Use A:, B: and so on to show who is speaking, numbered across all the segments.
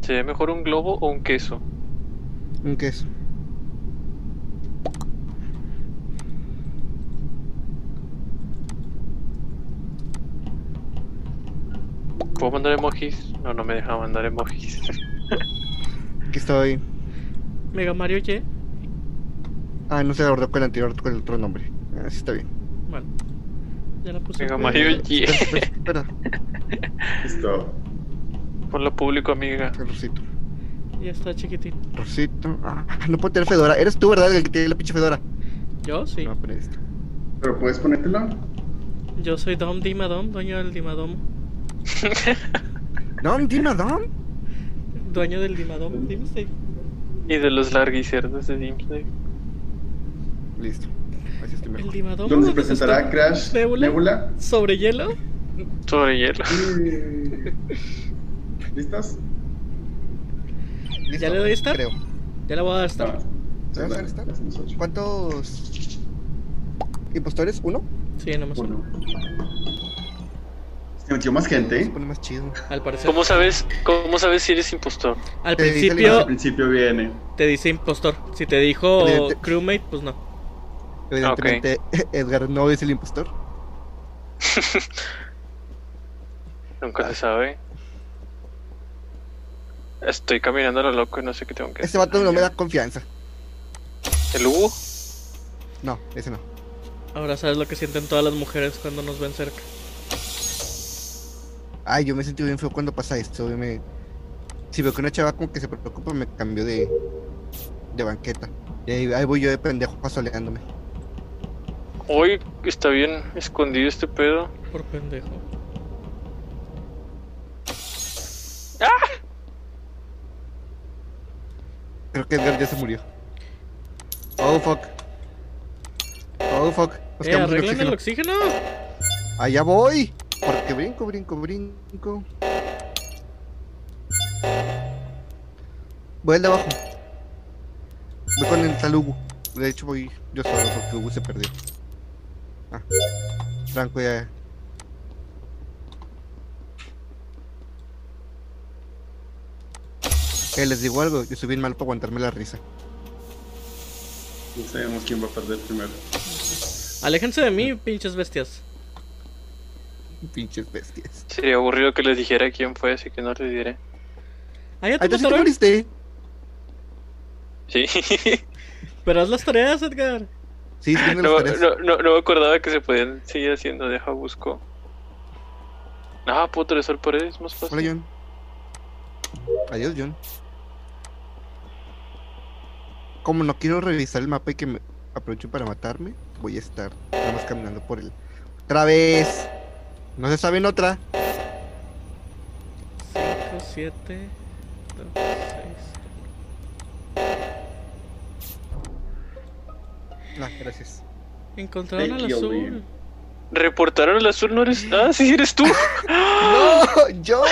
A: ¿Sería mejor un globo o un queso?
B: Un queso.
A: ¿Puedo mandar emojis? No, no me deja mandar emojis.
B: Aquí estoy.
C: Mega Mario Y.
B: Ah, no se acordó con el anterior, con el otro nombre. Así está bien.
C: Bueno. Ya la puse.
A: Mega Mario
B: Eh,
A: Y.
B: Espera, espera,
D: Listo.
A: Ponlo público, amiga.
B: espera, Rosito.
C: Ya está chiquitín.
B: Rosito. Ah, no puedo tener Fedora. Eres tú, ¿verdad? El que tiene la pinche Fedora.
C: Yo sí.
B: No, pero esto.
D: ¿Pero puedes ponértelo?
C: Yo soy Dom Dimadom, dueño del Dimadomo.
B: Dom, Dima, Dom.
C: Dueño del Dimadomo. Dimsday.
A: Y de los larguicerdos de Disney.
B: Listo. Así estoy
C: El
B: mejor.
C: Dimadomo.
D: Donde se
C: donde
D: presentará
C: está
D: Crash
C: Nebula.
D: Nebula.
C: Sobre hielo.
A: Sobre hielo.
D: Eh, ¿Listas?
B: Listo,
C: ¿Ya le doy start?
B: Creo.
C: Ya la voy a dar
B: Ah.
C: start.
B: ¿Ya
D: Las-
B: está?
D: las hemos hecho.
B: ¿Cuántos impostores? ¿Uno?
C: Sí, nomás uno.
D: Uno. Se metió más gente.
B: Se
D: ¿eh?
B: pone más chido.
C: Al parecer.
A: ¿Cómo sabes, ¿Cómo sabes si eres impostor?
C: Al
B: Te dice el
D: Al
C: principio
D: principio viene.
C: te dice impostor. Si te dijo
B: Evidente.
C: crewmate, pues no.
B: Evidentemente, Edgar no es el impostor.
A: Nunca se sabe. Estoy caminando a lo loco y no sé qué tengo que
B: Ese
A: hacer.
B: vato no me da confianza.
A: ¿El Hugo?
B: No, ese no.
C: Ahora sabes lo que sienten todas las mujeres cuando nos ven cerca.
B: Ay, yo me sentí bien feo cuando pasa esto. yo me- Si veo que una chava como que se preocupa, me cambio de, de banqueta. Y ahí, ahí voy yo de pendejo pasoleándome.
A: Hoy está bien escondido este pedo.
C: Por pendejo.
B: Creo que Edgar ya se murió. Oh fuck. Oh fuck. Nos
C: eh,
B: quedamos sin
C: arreglen el
B: oxígeno.
C: oxígeno.
B: Allá voy. Porque brinco, brinco, brinco. Voy al de abajo. Voy con el tal Hugo. De hecho voy yo solo porque Hugo se perdió. Ah. Franco ya. Eh, les digo algo, yo soy bien malo para aguantarme la risa.
D: No sabemos quién va a perder primero.
C: Aléjense de mí, pinches bestias.
B: Pinches bestias.
A: Sería aburrido que les dijera quién fue, así que no les diré.
C: Ah, ya
B: Ay,
C: te
B: tú sí te
C: mataron.
B: moriste.
A: Sí.
C: Pero haz las tareas, Edgar.
B: Sí, sí, uno de los
A: No,
B: tres.
A: no, no, no me acordaba que se podían seguir haciendo. Deja, busco. Ah, puedo atravesar paredes, es más
C: Pues
B: Hola,
A: fácil.
B: John. Adiós, John. Como no quiero revisar el mapa y que me aprovecho para matarme, voy a estar nada más caminando por él. ¡Otra vez! No se sabe en otra.
C: 5, 7, 2, 6.
B: No, Ah, gracias.
C: Encontraron
D: Thank
C: al
D: you,
C: azul.
D: man.
A: Reportaron al azul, no eres. Ah, sí, eres tú.
B: ¡No! ¡John!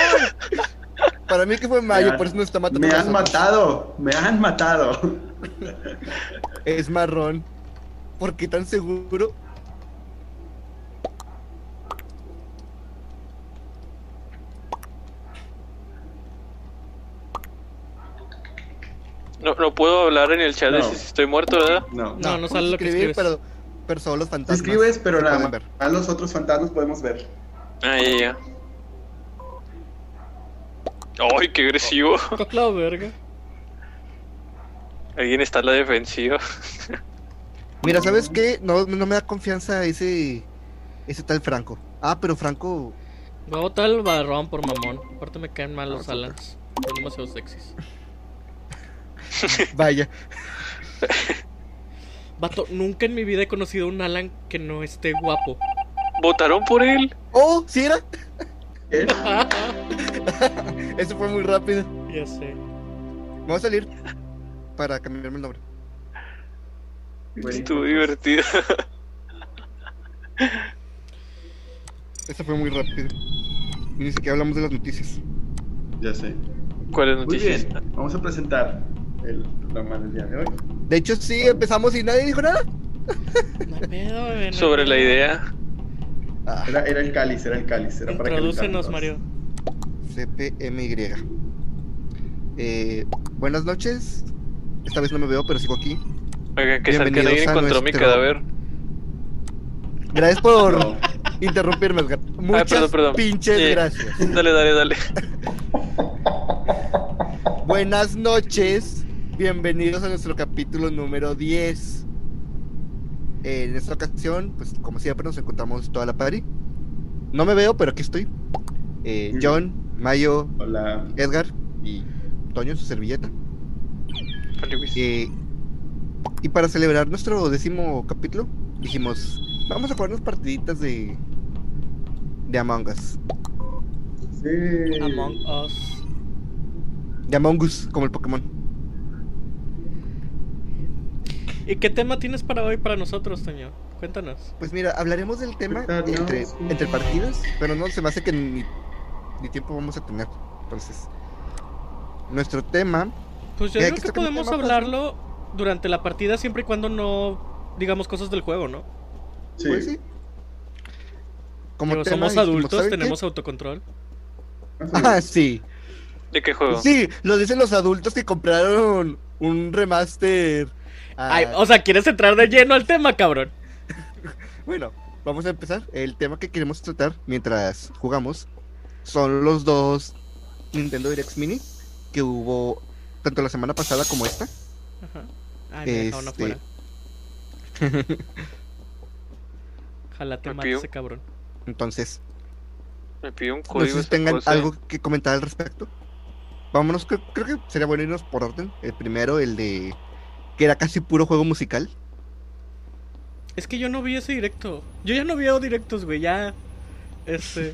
B: Para mí que fue mayo,
D: han-
B: por eso nos está matando.
D: Me
B: a
D: han
B: nosotros.
D: matado. Me han matado.
B: Es marrón. ¿Por qué tan seguro?
A: No, no puedo hablar en el chat de
D: No.
A: si estoy muerto, ¿verdad?
D: No.
C: No, no sale lo que
B: escribí,
C: escribes.
B: Pero, pero solo los
D: Tú
B: fantasmas.
D: escribes, pero
B: se
D: nada
B: pueden ver.
D: más. A los otros fantasmas podemos ver.
A: Ah, ya, ya. ¡Ay, qué agresivo!
C: Coclao, verga.
A: Alguien está a la defensiva.
B: Mira, ¿sabes qué? No, no me da confianza ese, ese tal Franco. Ah, pero Franco,
C: Voy a botar el barrón por mamón. Aparte me caen mal los Alans. Son demasiado sexys.
B: vaya.
C: Vato, nunca en mi vida he conocido un Alan que no esté guapo.
A: ¿Votaron por él?
B: ¡Oh, sí era!
D: ¿Eh?
B: Eso fue muy rápido.
C: Ya sé.
B: Me voy a salir para cambiarme el nombre.
D: Bueno,
A: Estuvo divertido.
B: Eso fue muy rápido. Y ni siquiera hablamos de las noticias.
D: Ya sé.
A: ¿Cuáles
D: Muy
A: noticias?
D: bien. Vamos a presentar el programa del día de hoy.
B: De hecho, sí, empezamos y nadie dijo nada.
C: No hay pedo, bebé, no hay
A: Sobre la
C: pedo.
A: idea.
B: Ah,
D: Era, era el cáliz, era el cáliz. Era para calentarnos.
C: Introdúcenos, Mario.
B: CPMY. Eh, buenas noches. Esta vez no me veo, pero sigo aquí.
A: Oigan, que
B: Bienvenidos
A: Sarkanair
B: a
A: encontró mi
B: nuestro-
A: cadáver.
B: Gracias por
D: No.
B: interrumpirme, Edgar. Muchas
A: Ah, perdón, perdón.
B: pinches
A: Sí.
B: gracias.
A: Dale, dale, dale.
B: Buenas noches. Bienvenidos a nuestro capítulo número 10. En esta ocasión, pues como siempre, nos encontramos toda la party. No me veo, pero aquí estoy. Eh,
D: Mm.
B: John, Mayo,
D: Hola.
B: Edgar y Toño, su servilleta.
A: Paliwis.
B: Eh, y para celebrar nuestro décimo capítulo, dijimos, vamos a jugar unas partiditas de, de Among Us.
D: Sí.
C: Among Us.
B: De Among Us, como el Pokémon.
C: ¿Y qué tema tienes para hoy para nosotros, Toño? Cuéntanos.
B: Pues mira, hablaremos del tema
D: Claro,
B: entre,
D: Pues sí.
B: entre partidas, pero no, se me hace que ni, ni tiempo vamos a tener. Entonces, nuestro tema,
C: Pues yo
B: ¿Qué- qué Eh,
C: creo que
B: está con el
C: podemos
B: tema,
C: hablarlo durante la partida siempre y cuando no digamos cosas del juego, ¿no?
D: Sí.
B: pues sí. Como
C: Digo,
B: tema
C: somos
B: dijimos,
C: adultos,
B: "¿Saben qué?
C: tenemos autocontrol.
D: Más o menos.
B: Ah, sí.
A: ¿De qué juego?
B: Sí, lo dicen los adultos que compraron un remaster. Ah,
C: Ay, oh. o sea, ¿quieres entrar de lleno al tema, cabrón?
B: Bueno, vamos a empezar. El tema que queremos tratar mientras jugamos son los dos Nintendo Directs Mini que hubo tanto la semana pasada como esta.
C: Ajá. Ay, me dejaron
B: Este-
C: afuera. Ojalá te
A: Me
C: mate
A: pidió.
C: ese cabrón.
B: Entonces,
A: Me pidió un
B: no sé
A: código.
B: si
A: esa
B: tengan
A: cosa.
B: algo que comentar al respecto. Vámonos, creo, creo que sería bueno irnos por orden. El primero, el de que era casi puro juego musical.
C: Es que yo no vi ese directo. Yo ya no veo directos, güey. Ya. Este.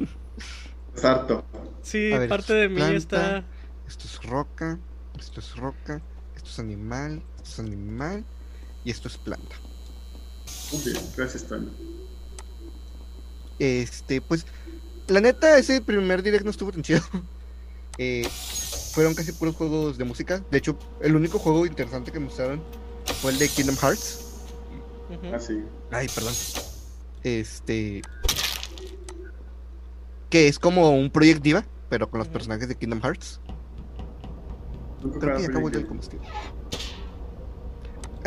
D: Es harto.
C: Sí,
B: A ver,
C: parte de mí
B: planta.
C: está.
B: Esto es roca, esto es roca, esto es animal, esto es animal y esto es planta.
D: Muy bien. Gracias, Tony.
B: Este, pues, la neta, ese primer direct no estuvo tan chido. Eh, fueron casi puros juegos de música. De hecho, el único juego interesante que mostraron fue el de Kingdom Hearts.
C: Ujú.
D: Ah, sí.
B: Ay, perdón. Este. Que es como un Project Diva, pero con los
C: Ujú.
B: personajes de Kingdom Hearts.
D: Nunca
B: Creo que ya
D: para
B: acabó
D: Project
B: yo como es que.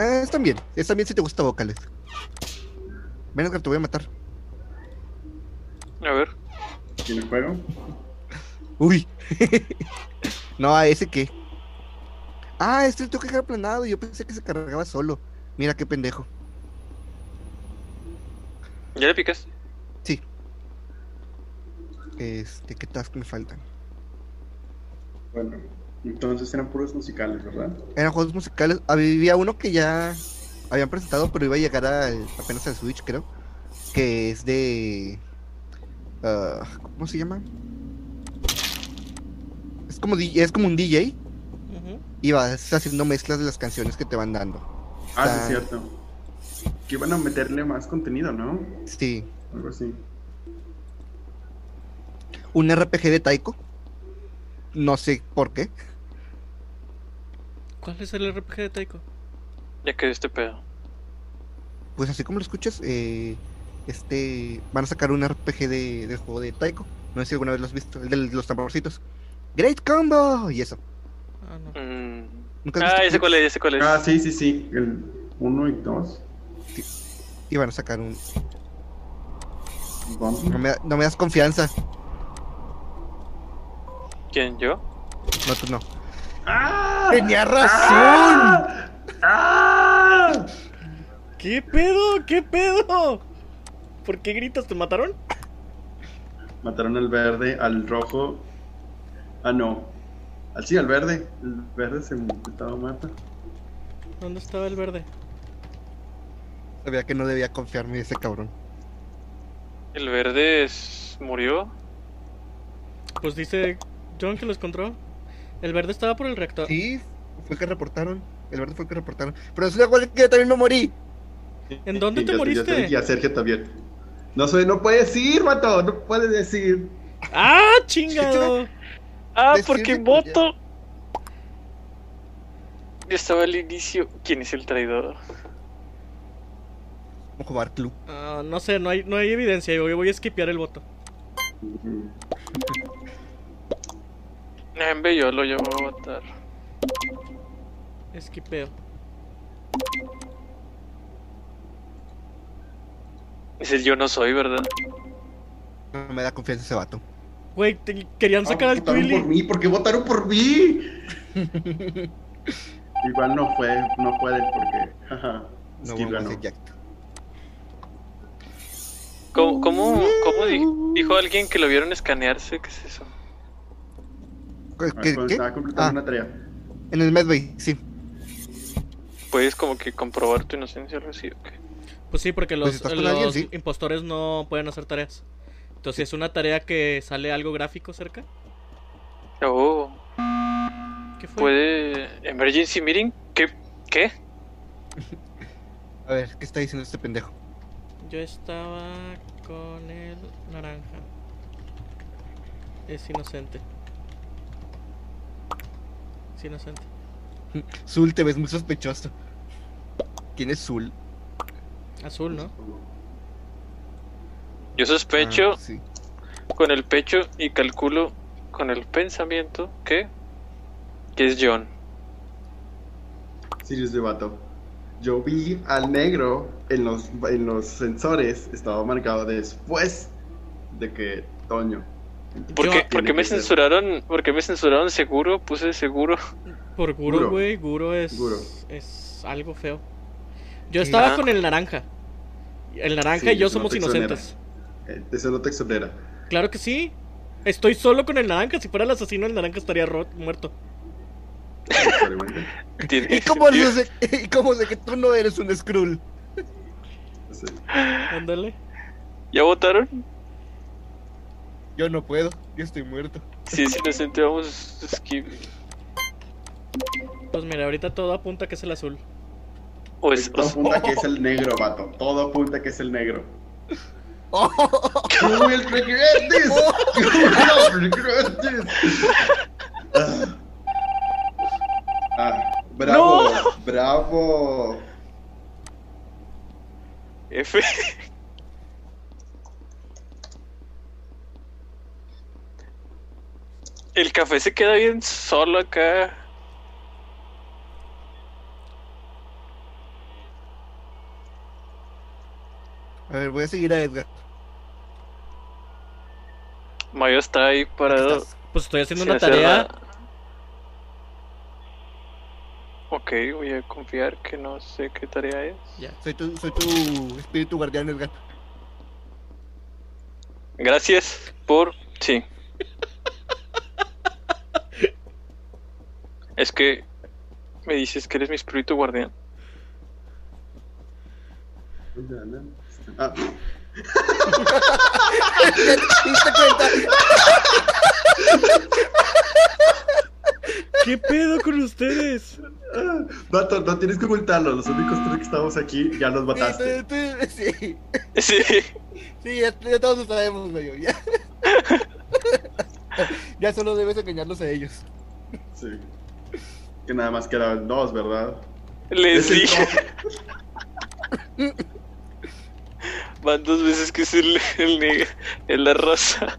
B: Ah, están bien. Están bien si te gusta vocales. Ven, Edgar, te voy a matar.
A: A ver.
D: Game. ¿Tiene juego?
B: Uy. no, ¿a ese qué? Ah, este tengo que dejar planado. Yo pensé que se cargaba solo. Mira qué pendejo.
A: ¿Ya le picas?
B: Este, ¿qué task me faltan?
D: Bueno. Entonces eran puros musicales, ¿verdad?
B: Eran juegos musicales. Había uno que ya habían presentado, pero iba a llegar al- apenas al Switch, creo. Que es de. ah, ¿Cómo se llama? Es como, di- es como un DJ
C: Ujú.
B: y vas haciendo mezclas de las canciones que te van dando.
D: Ah, sí,
B: Ah.
D: es cierto. Que iban a meterle más contenido, ¿no?
B: Sí.
D: Algo así.
B: Un RPG de Taiko. No sé por qué.
C: ¿Cuál es el RPG de Taiko?
A: Ya quedó este pedo.
B: pues así como lo escuchas, eh, este van a sacar un RPG de, del juego de Taiko. No sé si alguna vez lo has visto, el de los tamborcitos. Great Combo y eso.
C: Ah, no.
A: Mm.
B: Nunca has
A: Ah,
B: visto
A: ese cuál es, ese cuál es.
D: Ah, sí, sí, sí. El 1 y 2.
B: Y van a sacar un. No me, no me das confianza.
A: ¿Quién? ¿Yo?
B: No, tú no.
D: ¡Ah!
B: ¡Tenía razón!
D: ¡Ah! ¡Ah!
C: ¿Qué pedo? ¿Qué pedo? ¿Por qué gritas? ¿Te mataron?
D: Mataron al verde, al rojo. Ah, no. Al sí, al verde. El verde se estaba mata.
C: ¿Dónde estaba el verde?
B: Sabía que no debía confiarme de ese cabrón.
A: ¿El verde es... murió?
C: Pues dice John que los encontró. El verde estaba por el reactor.
B: Sí, fue el que reportaron. El verde fue el que reportaron. Pero es una igual que yo también me morí.
C: ¿En dónde
D: Y
C: te
D: yo- yo
C: moriste?
D: te- Y a Sergio también. No soy, no puedes ir, vato. No puedes decir.
C: ¡Ah, chingado!
A: Ah,
B: Decirle
A: porque
B: que
A: voto. Yo estaba al inicio. ¿Quién es el traidor?
B: Vamos a jugar club.
C: Ah, no sé, no hay, no hay evidencia. Yo voy a esquipear el voto.
A: Ah, En Bello lo yo voy a votar.
C: Esquipeo.
A: Dices, yo no soy, ¿verdad?
B: No me da confianza ese vato.
C: Güey, te- querían sacar
D: Ah,
C: al
D: votaron por
C: Twilly.
D: mí, ¿por qué votaron por mí? Igual no fue, no puede porque. jaja,
B: No
D: Steve
B: vamos a
D: ganó.
B: ser Jack.
A: ¿Cómo, cómo, cómo di- dijo alguien que lo vieron escanearse? ¿Qué es eso?
B: ¿Qué-
D: Ah,
B: ¿Qué?
D: cuando
B: qué?
D: Estaba completando
B: Ah.
D: una tarea.
B: En el Medway, sí.
A: ¿Puedes como que comprobar tu inocencia, algo así, o qué?
C: Pues sí, porque los,
B: Pues estás con
C: los
B: alguien, sí.
C: impostores no pueden hacer tareas. Entonces, si es una tarea que sale algo gráfico cerca,
A: Oh,
C: ¿qué fue?
A: ¿puede... ¿Emergency meeting? ¿Qué? ¿Qué?
B: A ver, ¿qué está diciendo este pendejo?
C: Yo estaba con el naranja. Es inocente. Es inocente.
B: Zul, te ves muy sospechoso. ¿Quién es Zul?
C: Azul, ¿no?
A: Yo sospecho
B: Ah, sí.
A: con el pecho y calculo con el pensamiento que... Que es John.
D: Sirius de vato. Yo vi al negro en los, en los sensores, estaba marcado después de que Toño.
A: ¿Por
C: Yo-
A: qué, por
D: Tiene
A: qué
D: que
A: me
D: ser.
A: censuraron? ¿Por qué me censuraron seguro? Puse seguro.
C: Por Guro,
D: Guro.
C: güey. Guro es.
D: Guro.
C: Es algo feo. Yo
B: Sí.
C: estaba
A: Ah.
C: con el naranja. El naranja
D: Sí,
C: y yo
D: es una
C: somos
D: persona.
C: inocentes.
D: Eh, Eso no te exonera.
C: Claro que sí. Estoy solo con el naranja. Si fuera el asesino, el naranja estaría ro- muerto.
D: Probablemente.
A: Tiene
B: ¿Y cómo,
A: sentido.
B: sé, ¿Y cómo sé que tú no eres un Skrull?
D: Sí.
C: Ándale.
A: ¿Ya votaron?
B: Yo no puedo, yo estoy muerto.
A: Sí, sí, nos enteramos. Skip.
C: Pues mira, ahorita todo apunta que es el azul.
A: O es, o
D: Todo apunta que es el negro, vato. Todo apunta que es el negro. You will regret this. You will regret this. Ah. Ah, bravo, bravo.
A: F. El café se queda bien solo acá.
B: A ver, voy a seguir a Edgar.
A: Mayo está ahí
B: Aquí
A: parado.
B: estás.
C: Pues estoy haciendo
A: sin
C: una
A: hacer
C: tarea.
A: nada. Ok, voy a confiar que no sé qué tarea es.
C: Ya.
B: Soy tu, soy tu espíritu guardián, Edgar.
A: Gracias por... Sí. es que me dices que eres mi espíritu guardián.
D: Ah,
B: ¿Te diste cuenta?
C: ¿Qué pedo con ustedes?
D: ah, vato, no tienes que ocultarlo. Los únicos tres que estamos aquí ya los mataste.
B: Sí, tú- tú- sí.
A: Sí.
B: Sí, ya, ya todos lo sabemos, medio. Ya. ya solo debes engañarlos a ellos.
D: Sí. Que nada más quedaban dos, ¿verdad?
A: Les
D: Es el
A: dije.
D: top.
A: Van dos veces que es el, el negro, es la rosa.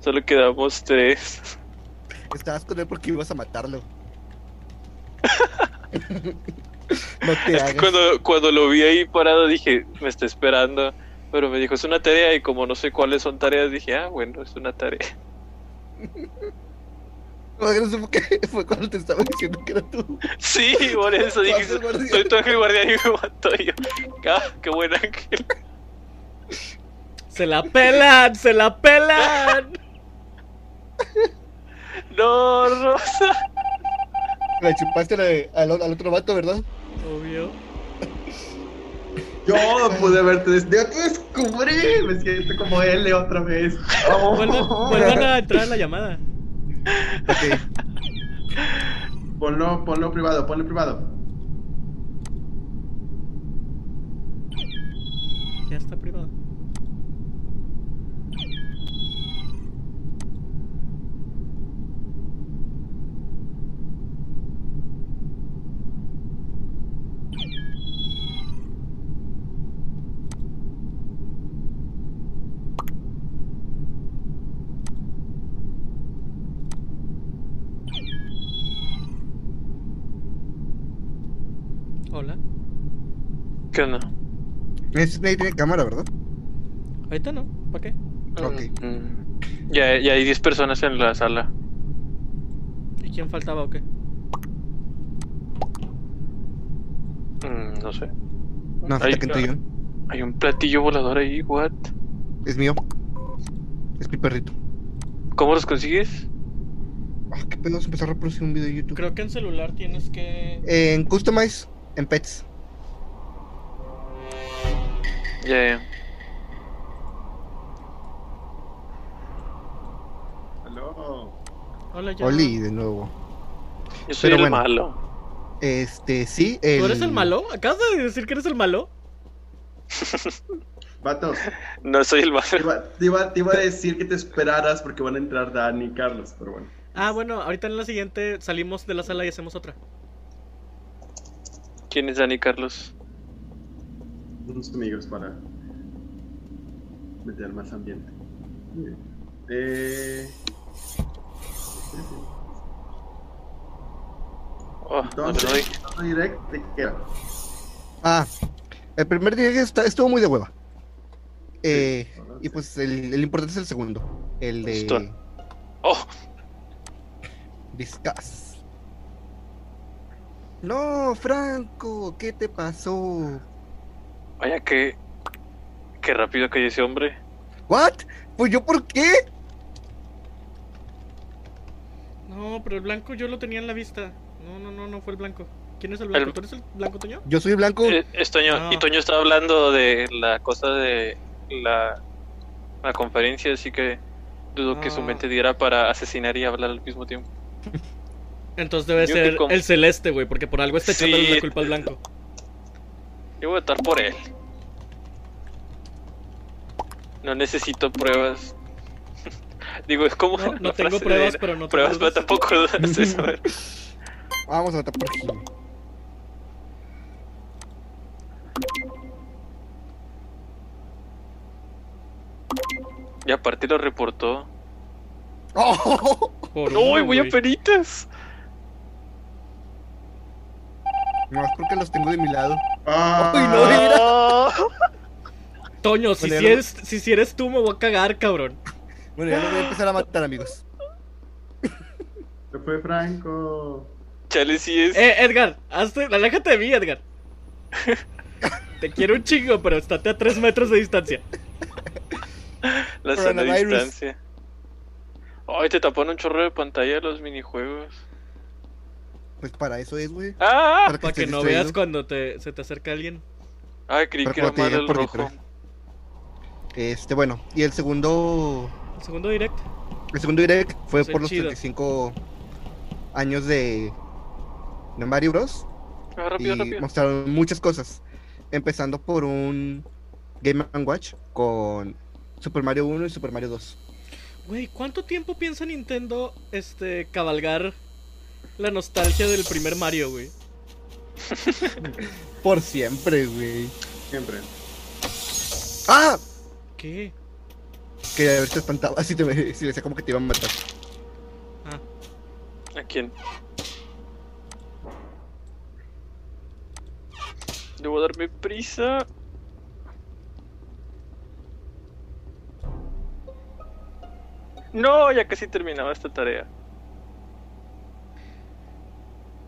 A: Solo quedamos tres.
B: Estabas con él porque ibas a matarlo. no te
A: Es
B: hagas.
A: que cuando, cuando lo vi ahí parado dije, me está esperando. Pero me dijo, es una tarea y como no sé cuáles son tareas, dije, ah, bueno, es una tarea.
B: No sé por qué fue cuando te estaba diciendo que era tú.
A: Sí, por eso
B: Tu
A: dije,
B: ángel guardián.
A: soy tu ángel guardián y me mató Y yo. Ah, qué buen ángel.
C: Se la pelan, se la pelan.
A: No, Rosa.
B: La chupaste a la- al, al otro vato, ¿verdad?
C: Obvio.
D: Yo pude haberte des- Yo te descubrí. Me siento como L otra vez. Oh.
C: Vuelvan, vuelvan a entrar a la llamada.
B: Ok.
D: Ponlo, ponlo privado, ponlo privado.
C: Ya está privado.
A: ¿Qué onda?
B: Ese Nadie tiene cámara, ¿verdad?
C: Ahorita no, ¿para qué?
B: Ok.
A: Mm. Ya, ya hay 10 personas en la sala.
C: ¿Y quién faltaba o qué?
A: Mm, no sé.
B: No,
A: Ahí
B: está que en
A: está.
B: tuyo.
A: Hay un platillo volador ahí, what?
B: Es mío. Es mi perrito.
A: ¿Cómo los consigues?
B: Ah, qué pedo, se empezó a reproducir un video de YouTube.
C: Creo que en celular tienes que.
B: En Customize, en Pets.
A: Ya, ya.
D: Aló.
C: Hola, ya.
B: Oli, de nuevo.
A: Yo soy
B: Pero
A: el
B: bueno.
A: malo.
B: Este, sí.
C: ¿Tú eres el malo? ¿Acabas de decir que eres el malo?
D: Vatos,
A: No soy el
D: te
A: malo.
D: iba, te iba- te iba a decir que te esperaras porque van a entrar Dani y Carlos, pero bueno.
C: Ah, bueno, ahorita en la siguiente salimos de la sala y hacemos otra.
A: ¿Quién es Dani Carlos?
D: Unos amigos para meter más ambiente. Muy bien. Eh,
A: Oh, no
D: entonces,
A: lo doy.
D: ¿no directo de qué era?
B: Ah, el primer día que está- estuvo muy de hueva. Eh,
D: Sí,
B: y pues el, el importante es el segundo. El de
A: Justo. Oh,
B: Discuss. No, Franco, ¿qué te pasó?
A: vaya que. Qué rápido cayó ese hombre.
B: ¿What? Pues yo, ¿por qué?
C: No, pero el blanco yo lo tenía en la vista. No, no, no, no fue el blanco. ¿Quién es el blanco?
A: El-
C: ¿Tú eres el blanco, Toño?
B: Yo soy blanco.
A: Eh, es Toño.
C: No.
A: Y Toño está hablando de la cosa de la, la conferencia, así que dudo que su
C: Ah.
A: mente diera para asesinar y hablar al mismo tiempo.
C: Entonces debe
A: Yo
C: ser
A: que como-
C: el celeste, güey, porque por algo está
A: Sí.
C: echándole la culpa al blanco.
A: Yo voy a votar por él. No necesito pruebas. Digo, es como.
C: No, no
A: la
C: tengo
A: frase de-
C: pruebas, pero no te
A: Pruebas, pero
C: dudes.
A: tampoco dudas de saber.
B: Vamos a matar por Jimmy.
A: Y aparte lo reportó.
B: ¡Oh!
C: Por
A: ¡No,
C: uno,
A: voy a
C: güey.
A: peritas!
B: No, es porque los tengo de mi lado.
D: Ah,
B: Uy, no, mira.
C: Toño,
B: Bueno,
C: si, si
B: ya no-
C: eres, si, si eres tú, me voy a cagar, cabrón.
B: Bueno, ya lo voy a empezar a matar, amigos.
D: se fue Franco.
A: Chale, sí es.
C: Eh, Edgar, hazte, aléjate de mí, Edgar. Te quiero un chingo, pero estate a tres metros de distancia.
A: La sana
B: Coronavirus.
A: distancia. Ay, te tapan un chorro de pantalla los minijuegos.
B: Pues para eso es, güey.
A: ¡Ah!
C: Para que
B: estés
C: no
B: distraído.
C: veas cuando te, se te acerca alguien.
A: Ay, Ah, creí
B: Pero
A: que era
B: como te
A: más
B: llegué
A: del
B: por
A: rojo.
B: Este, bueno, y el segundo.
C: El segundo direct.
B: El segundo direct fue
C: Es el
B: por los
C: chido.
B: 35 años de, de Mario Bros.
A: Ah, rápido,
B: y
A: rápido.
B: mostraron muchas cosas. Empezando por un Game Watch con Super Mario 1 y Super Mario 2.
C: Güey, ¿cuánto tiempo piensa Nintendo este cabalgar la nostalgia del primer Mario, güey?
B: Por siempre, güey.
D: Siempre.
B: ¡Ah!
C: ¿Qué?
B: Que a ver te espantaba si, te, si decía como que te iban a matar.
C: Ah,
A: ¿A quién? Debo darme prisa. No, ya casi terminaba esta tarea.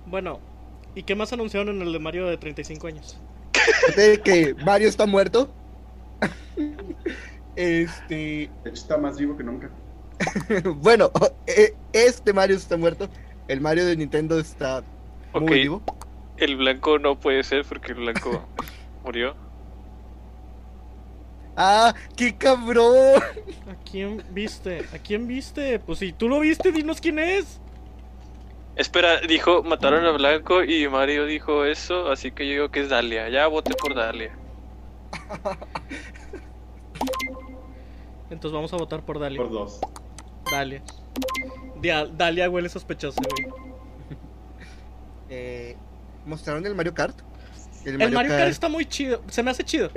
C: bueno. ¿Y qué más anunciaron en el de Mario de 35 años?
B: Aparte de que Mario está muerto. este.
D: De hecho, está más vivo que nunca.
B: Bueno, e- este Mario está muerto. El Mario de Nintendo está muy
A: Ok.
B: vivo.
A: El blanco no puede ser porque el blanco murió.
B: ¡Ah! ¡Qué cabrón!
C: ¿A quién viste? ¿A quién viste? Pues si tú lo viste, dinos quién es.
A: Espera, dijo mataron a Blanco y Mario dijo eso, así que yo digo que es Dalia. Ya voté por Dalia.
C: Entonces vamos a votar por Dalia.
D: Por dos.
C: Dalia. Dia- Dalia huele sospechoso, güey.
B: Eh, mostraron el Mario Kart.
C: El Mario, Kart. está muy chido. Se me hace chido.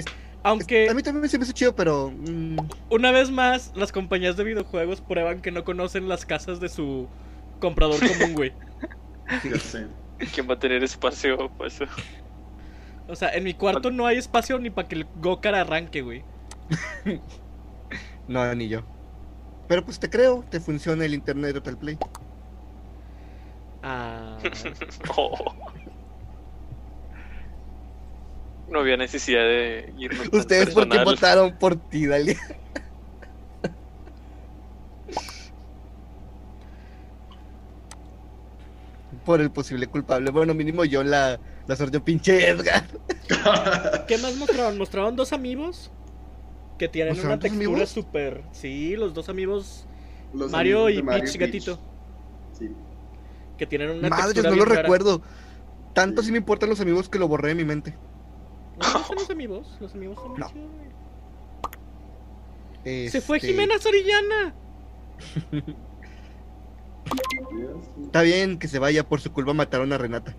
B: A
C: Aunque
B: mí también se me hizo chido, pero. mm,
C: una vez más, las compañías de videojuegos prueban que no conocen las casas de su comprador común, güey.
D: Ya sé.
A: ¿Quién va a tener espacio para eso?
C: O sea, en mi cuarto no hay espacio ni para que el Gokar arranque, güey.
B: No, ni yo. Pero pues te creo, te funciona el internet de Total Play.
C: Ah,
A: Oh. No había necesidad de irnos tan
B: Ustedes por qué
A: personal.
B: votaron por ti, Dalia. por el posible culpable. Bueno, mínimo yo la, la sorteo pinche Edgar.
C: ¿Qué más mostraron? Mostraron dos amigos que tienen
B: ¿Mostraron
C: una
B: dos
C: textura
B: amigos?
C: súper. Sí, los dos amigos
D: Los
C: Mario
D: amigos de
C: y Peach Gatito.
D: Sí.
C: que tienen una
B: Madres,
C: textura.
B: no lo
C: bien rara.
B: recuerdo. Tanto
D: Sí.
B: sí me importan los amigos que lo borré de mi mente.
C: ¿No son los amigos? Los amigos son muy
B: No.
C: chidos, güey.
B: Este,
C: Se fue Jimena Sarillana.
D: Yes.
B: Está bien que se vaya, por su culpa mataron a Renata.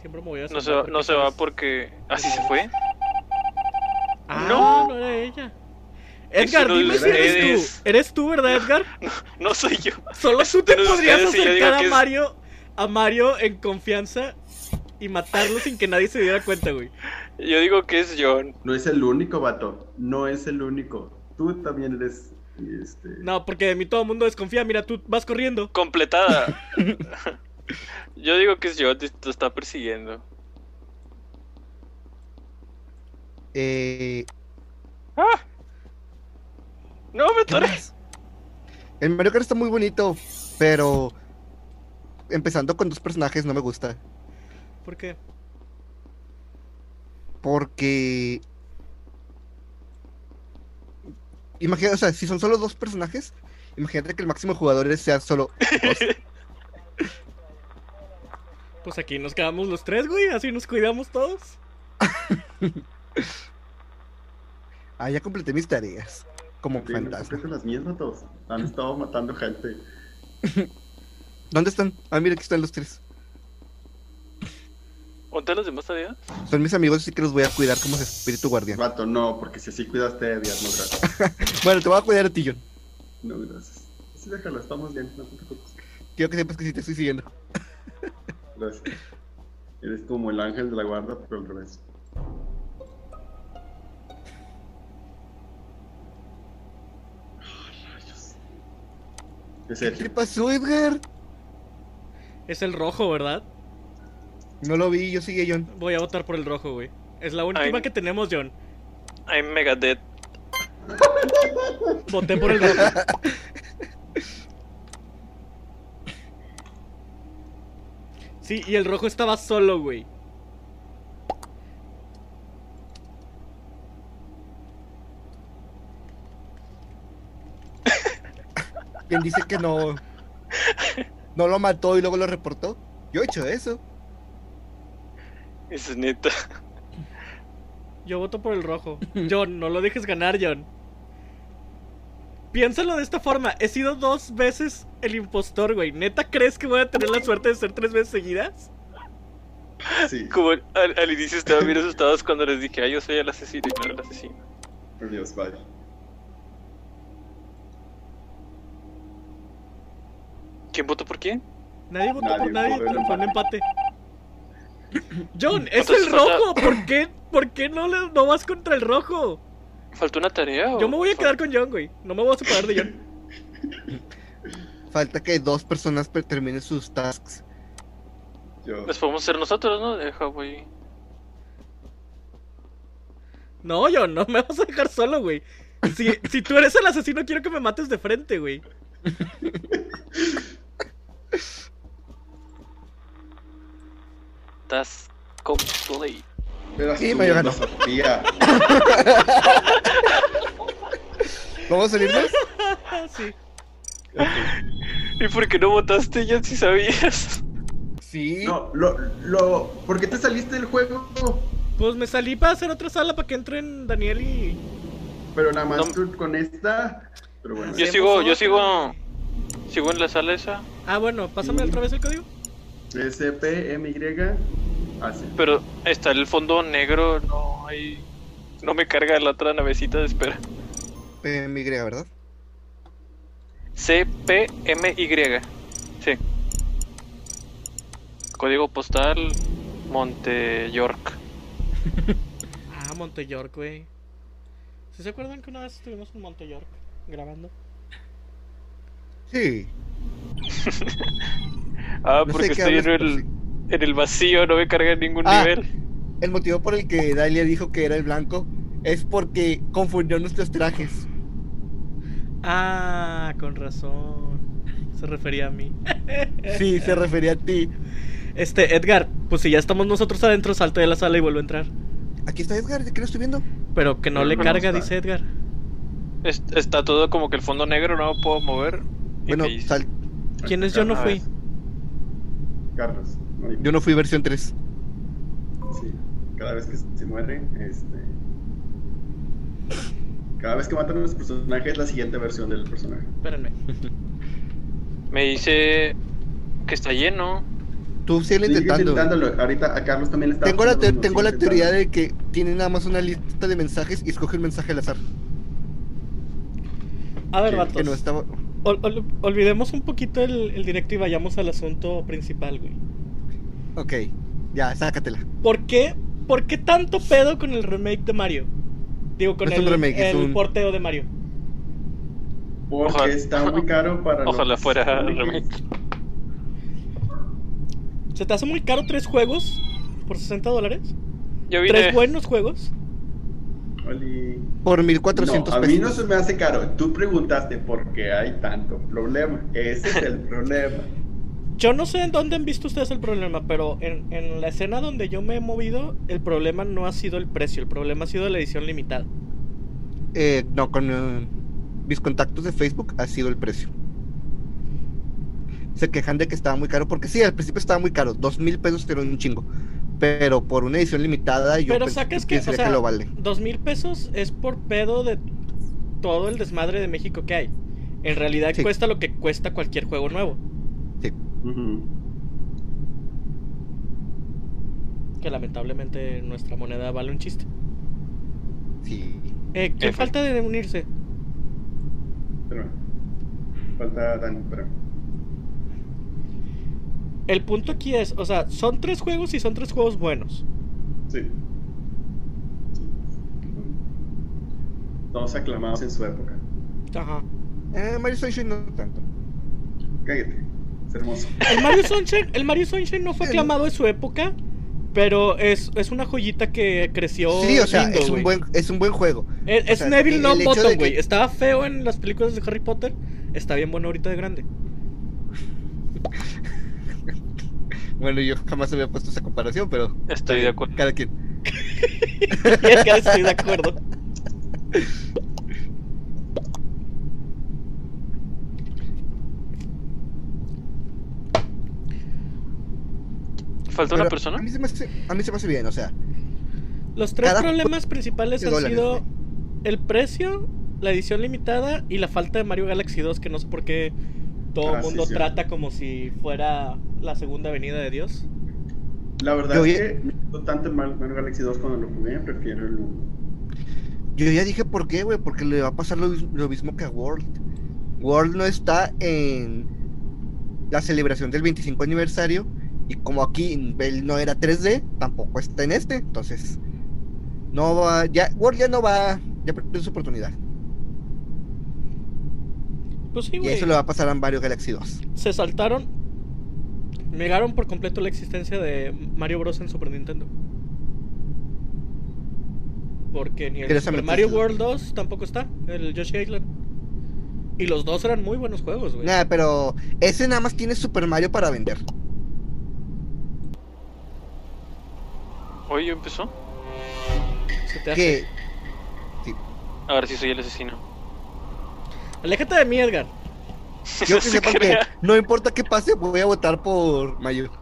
C: Siempre me voy a
A: No se,
C: asombrar
A: no se va
C: porque- pues
A: porque. ¿Así se fue?
C: Ah,
A: No.
C: no, no era ella. Edgar,
A: uno de
C: dime si eres
A: ustedes.
C: tú. Eres tú, ¿verdad, Edgar?
A: No soy yo.
C: Solo
A: Es
C: tú te
A: uno de
C: podrías
A: ustedes y yo digo
C: acercar a
A: que es-
C: Mario, a Mario en confianza y matarlo sin que nadie se diera cuenta, güey.
A: Yo digo que es John.
D: No es el único, vato. No es el único. Tú también eres. Este...
C: No, porque de mí todo el mundo desconfía. Mira, tú vas corriendo.
A: Completada. Yo digo que es John, te, te está persiguiendo.
B: Eh,
A: ¡Ah! ¡No me
B: ¿qué
A: atoré!
B: más? El Mario Kart está muy bonito, pero empezando con dos personajes no me gusta.
C: ¿Por qué?
B: Porque. Imagínate, o sea, si son solo dos personajes, imagínate que el máximo de jugadores sea solo dos.
C: Pues aquí nos quedamos los tres, güey. Así nos cuidamos todos.
B: Ah, ya completé mis tareas. Como
D: Bien,
B: fantasma.
D: completa las mías, vatos. Han estado matando gente.
B: ¿Dónde están? Ah, mira, aquí están los tres.
A: ¿Dónde los demás tareas?
B: Son mis amigos, así que los voy a cuidar como su espíritu guardián.
D: Vato, no, porque si así cuidaste a Edgar, no gracias.
B: Bueno, te voy a cuidar a ti, John.
D: No, gracias. Sí, déjalo, estamos bien, no te preocupes.
B: Quiero que sepas que sí te estoy siguiendo.
D: Gracias. Eres como el ángel de la guarda, pero al revés. Ah, rayos. Es
B: ¿Qué te
D: Sergio.
B: pasó, Edgar?
C: Es el rojo, ¿verdad?
B: No lo vi, yo sigue John.
C: Voy a votar por el rojo, güey. Es la última
A: Ay.
C: que tenemos, John.
A: I'm Megadeth.
C: Voté por el rojo. Sí, y el rojo estaba solo, güey.
B: Quien dice que no. No lo mató y luego lo reportó. Yo he hecho eso.
A: Es neta.
C: Yo voto por el rojo. John, no lo dejes ganar, John. Piénsalo de esta forma. He sido dos veces el impostor, güey. ¿Neta crees que voy a tener la suerte de ser tres veces seguidas?
D: Sí,
A: Como al, al inicio estaban bien asustados cuando les dije, ah, yo soy el asesino y no era el asesino.
D: por Dios, vaya.
A: ¿Quién votó por quién?
C: Nadie votó
D: Nadie
C: por nadie,
D: votó,
C: pero fue un empate. John, es
A: Entonces
C: el
A: falta-
C: rojo. ¿Por qué, por qué no, le- no vas contra el rojo?
A: ¿Faltó una tarea? o-
C: Yo me voy a quedar con John, güey. No me voy a separar de John.
B: Falta que dos personas per- terminen sus tasks.
D: Yo.
A: Las podemos hacer nosotros, ¿no? Deja, güey.
C: No, John, no me vas a dejar solo, güey. Si, si tú eres el asesino, quiero que me mates de frente, güey.
A: Estás complete.
D: Eras
B: Sí,
D: tú,
B: me ganó.
D: Sofía.
B: ¿Vamos a salirnos?
C: Ah, sí.
A: ¿Y por qué no votaste ya si sabías?
B: Sí.
D: No, lo, lo. ¿Por qué te saliste del juego?
C: Pues me salí para hacer otra sala para que entren Daniel y.
D: Pero nada más
A: No.
D: tú con esta. Pero bueno.
A: Yo
C: Hacemos
A: sigo, yo
C: otra.
A: sigo. Sigo en la sala esa.
C: Ah, bueno, pásame
D: Mm.
C: otra vez el código.
D: SPMY. Así.
A: Pero está el fondo negro, no hay. No me carga la otra navecita de espera.
B: Eh, mi griega, ¿verdad?
A: CPMY. Sí. Código postal Monte York.
C: Ah, Monte York, güey. ¿Sí se acuerdan que una vez estuvimos en Monte York grabando?
B: Sí.
A: Ah,
B: No sé
A: porque
B: qué
A: estoy en
B: hablas, pero
A: el, en el vacío, no me carga en ningún
B: Ah.
A: nivel.
B: El motivo por el que Dalia dijo que era el blanco es porque confundió nuestros trajes.
C: Ah, con razón. Se refería a mí.
A: Eh.
B: Sí, se refería a ti.
C: Este, Edgar, pues si ya estamos nosotros adentro, salte de la sala y vuelve a entrar.
B: Aquí está Edgar, ¿de qué lo estoy viendo?
C: Pero que no
D: Pero
C: le
D: no
C: carga,
D: está.
C: dice Edgar.
A: Es- está todo como que el fondo negro, no lo puedo mover. Y
B: Bueno,
A: que-
B: sal-
C: ¿Quién es yo no
D: Ah,
C: fui?
D: Carlos. no,
B: yo no fui versión 3.
D: Sí. Cada vez que se muere, este. Cada vez que matan a los personajes es la siguiente versión del personaje.
C: Espérenme.
A: me dice que está lleno.
B: Tú sigue
D: Sigue
B: intentando.
D: intentándolo. Ahorita a Carlos también le está.
B: Tengo la,
D: pasando
B: te-
D: lo mismo,
B: tengo la
D: sigue
B: teoría
D: intentándolo.
B: de que tiene nada más una lista de mensajes y escoge un mensaje al azar.
C: A ver,
D: Que-
C: vatos.
B: Que no estaba.
C: ol- ol- olvidemos un poquito el, el directo y vayamos al asunto principal, güey.
B: Ok, ya, sácatela.
C: ¿Por qué? ¿Por qué tanto pedo con el remake de Mario? Digo, con
B: No es
C: el,
B: un remake, es
C: el
B: un-
C: porteo de Mario.
D: Porque
A: Ojalá-
D: está muy caro para.
A: Ojalá
D: los-
A: fuera el remake.
C: ¿Se te hace muy caro tres juegos por 60 dólares?
A: Yo vine.
C: ¿Tres buenos juegos?
D: Oli.
B: Por
D: No,
B: 1400
D: a mí
B: pesos.
D: no se me hace caro. Tú preguntaste por qué hay tanto problema. Ese es el problema.
C: Yo no sé en dónde han visto ustedes el problema, pero en, en la escena donde yo me he movido, el problema no ha sido el precio, el problema ha sido la edición limitada.
B: Eh, no, con eh, mis contactos de Facebook ha sido el precio. Se quejan de que estaba muy caro, porque sí, al principio estaba muy caro, dos mil pesos era un chingo. Pero por una edición limitada, yo
C: pero
B: pens-
C: sacas que, o
B: pensaría
C: sea,
B: lo vale.
C: dos mil pesos es por pedo de todo el desmadre de México que hay. En realidad
B: Sí.
C: cuesta lo que cuesta cualquier juego nuevo.
D: Ujú.
C: Que lamentablemente nuestra moneda vale un chiste.
B: Sí.
C: Eh, ¿Quién
A: F.
C: falta de unirse?
D: Espérame. Falta Dani, espérame.
C: El punto aquí es, o sea, son tres juegos y son tres juegos buenos.
D: Sí. Sí. Todos aclamados en su época.
C: Ajá.
B: Eh, Mario Sunshine no tanto.
D: Cállate. Es hermoso.
C: El Mario Sunshine, el Mario Sunshine no fue aclamado en su época, pero es, es una joyita que creció.
B: sí, o sea,
C: lindo,
B: es un,
C: güey.
B: buen, es un buen juego.
C: Es,
B: o
C: es
B: sea,
C: Neville
B: el
C: No
B: hecho de
C: Bottom,
B: que-
C: güey. Estaba feo en las películas de Harry Potter, está bien bueno ahorita de grande.
B: Bueno, yo jamás había puesto esa comparación, pero
A: Estoy de acuerdo.
B: cada quien.
C: Y es que estoy de acuerdo.
A: ¿Falta
B: Pero
A: una persona?
B: A mí, se me hace, a mí se me hace bien, o sea,
C: Los tres
B: Cada
C: problemas principales han
B: dólares,
C: sido
B: güey.
C: el precio, la edición limitada y la falta de Mario Galaxy 2, que no sé por qué todo
D: Ah,
C: el
D: sí,
C: mundo
D: cierto.
C: trata como si fuera la segunda venida de Dios.
D: La verdad
B: Yo
D: es
B: ya-
D: que me gustó tanto el Mario Mario Galaxy 2 cuando lo jugué, prefiero el 1.
B: Yo ya dije por qué, güey, porque le va a pasar lo, mis- lo mismo que a World. World no está en la celebración del 25 aniversario y como aquí él no era 3D, tampoco está en este, entonces no va, ya World ya no va, ya perdió su oportunidad.
C: Pues sí,
B: Y
C: güey.
B: eso le va a pasar a Mario Galaxy 2.
C: Se saltaron, negaron por completo la existencia de Mario Bros. en Super Nintendo. Porque ni el Super
B: Curiosamente,
C: Mario
B: sí.
C: World 2 tampoco está, el Yoshi Island. Y los dos eran muy buenos juegos, güey.
B: Nada, pero ese nada más tiene Super Mario para vender.
A: Hoy empezó.
C: Se te hace.
B: Que
A: Ahora sí soy el asesino.
C: Aléjate de mí, Edgar.
B: yo
A: No
B: que
A: se
B: sepan que
A: crea.
B: no importa qué pase, voy a votar por Mario.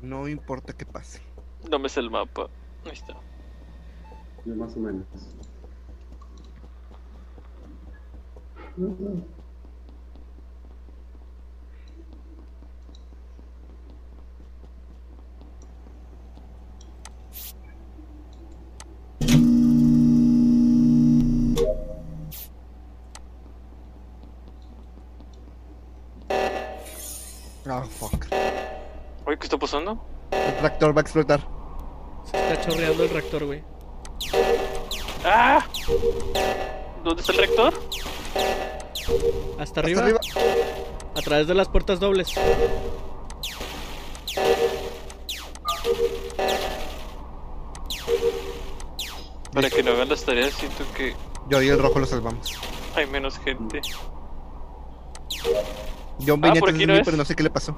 B: No importa qué pase.
A: No me sé el mapa. Ahí está.
D: Más o menos.
A: ¿Qué está pasando?
B: Ah, El tractor va a explotar.
C: Se está chorreando el reactor, güey.
A: ¡Ah! ¿Dónde está el rector?
C: Hasta
B: Hasta
C: arriba,
B: arriba.
C: a través de las puertas dobles.
A: Para que no hagan las tareas, siento que
B: Yo y el rojo lo salvamos.
A: hay menos gente.
B: Yo venía
A: por
B: atrás
A: aquí
B: de
A: no
B: mí,
A: es.
B: pero no sé qué le pasó.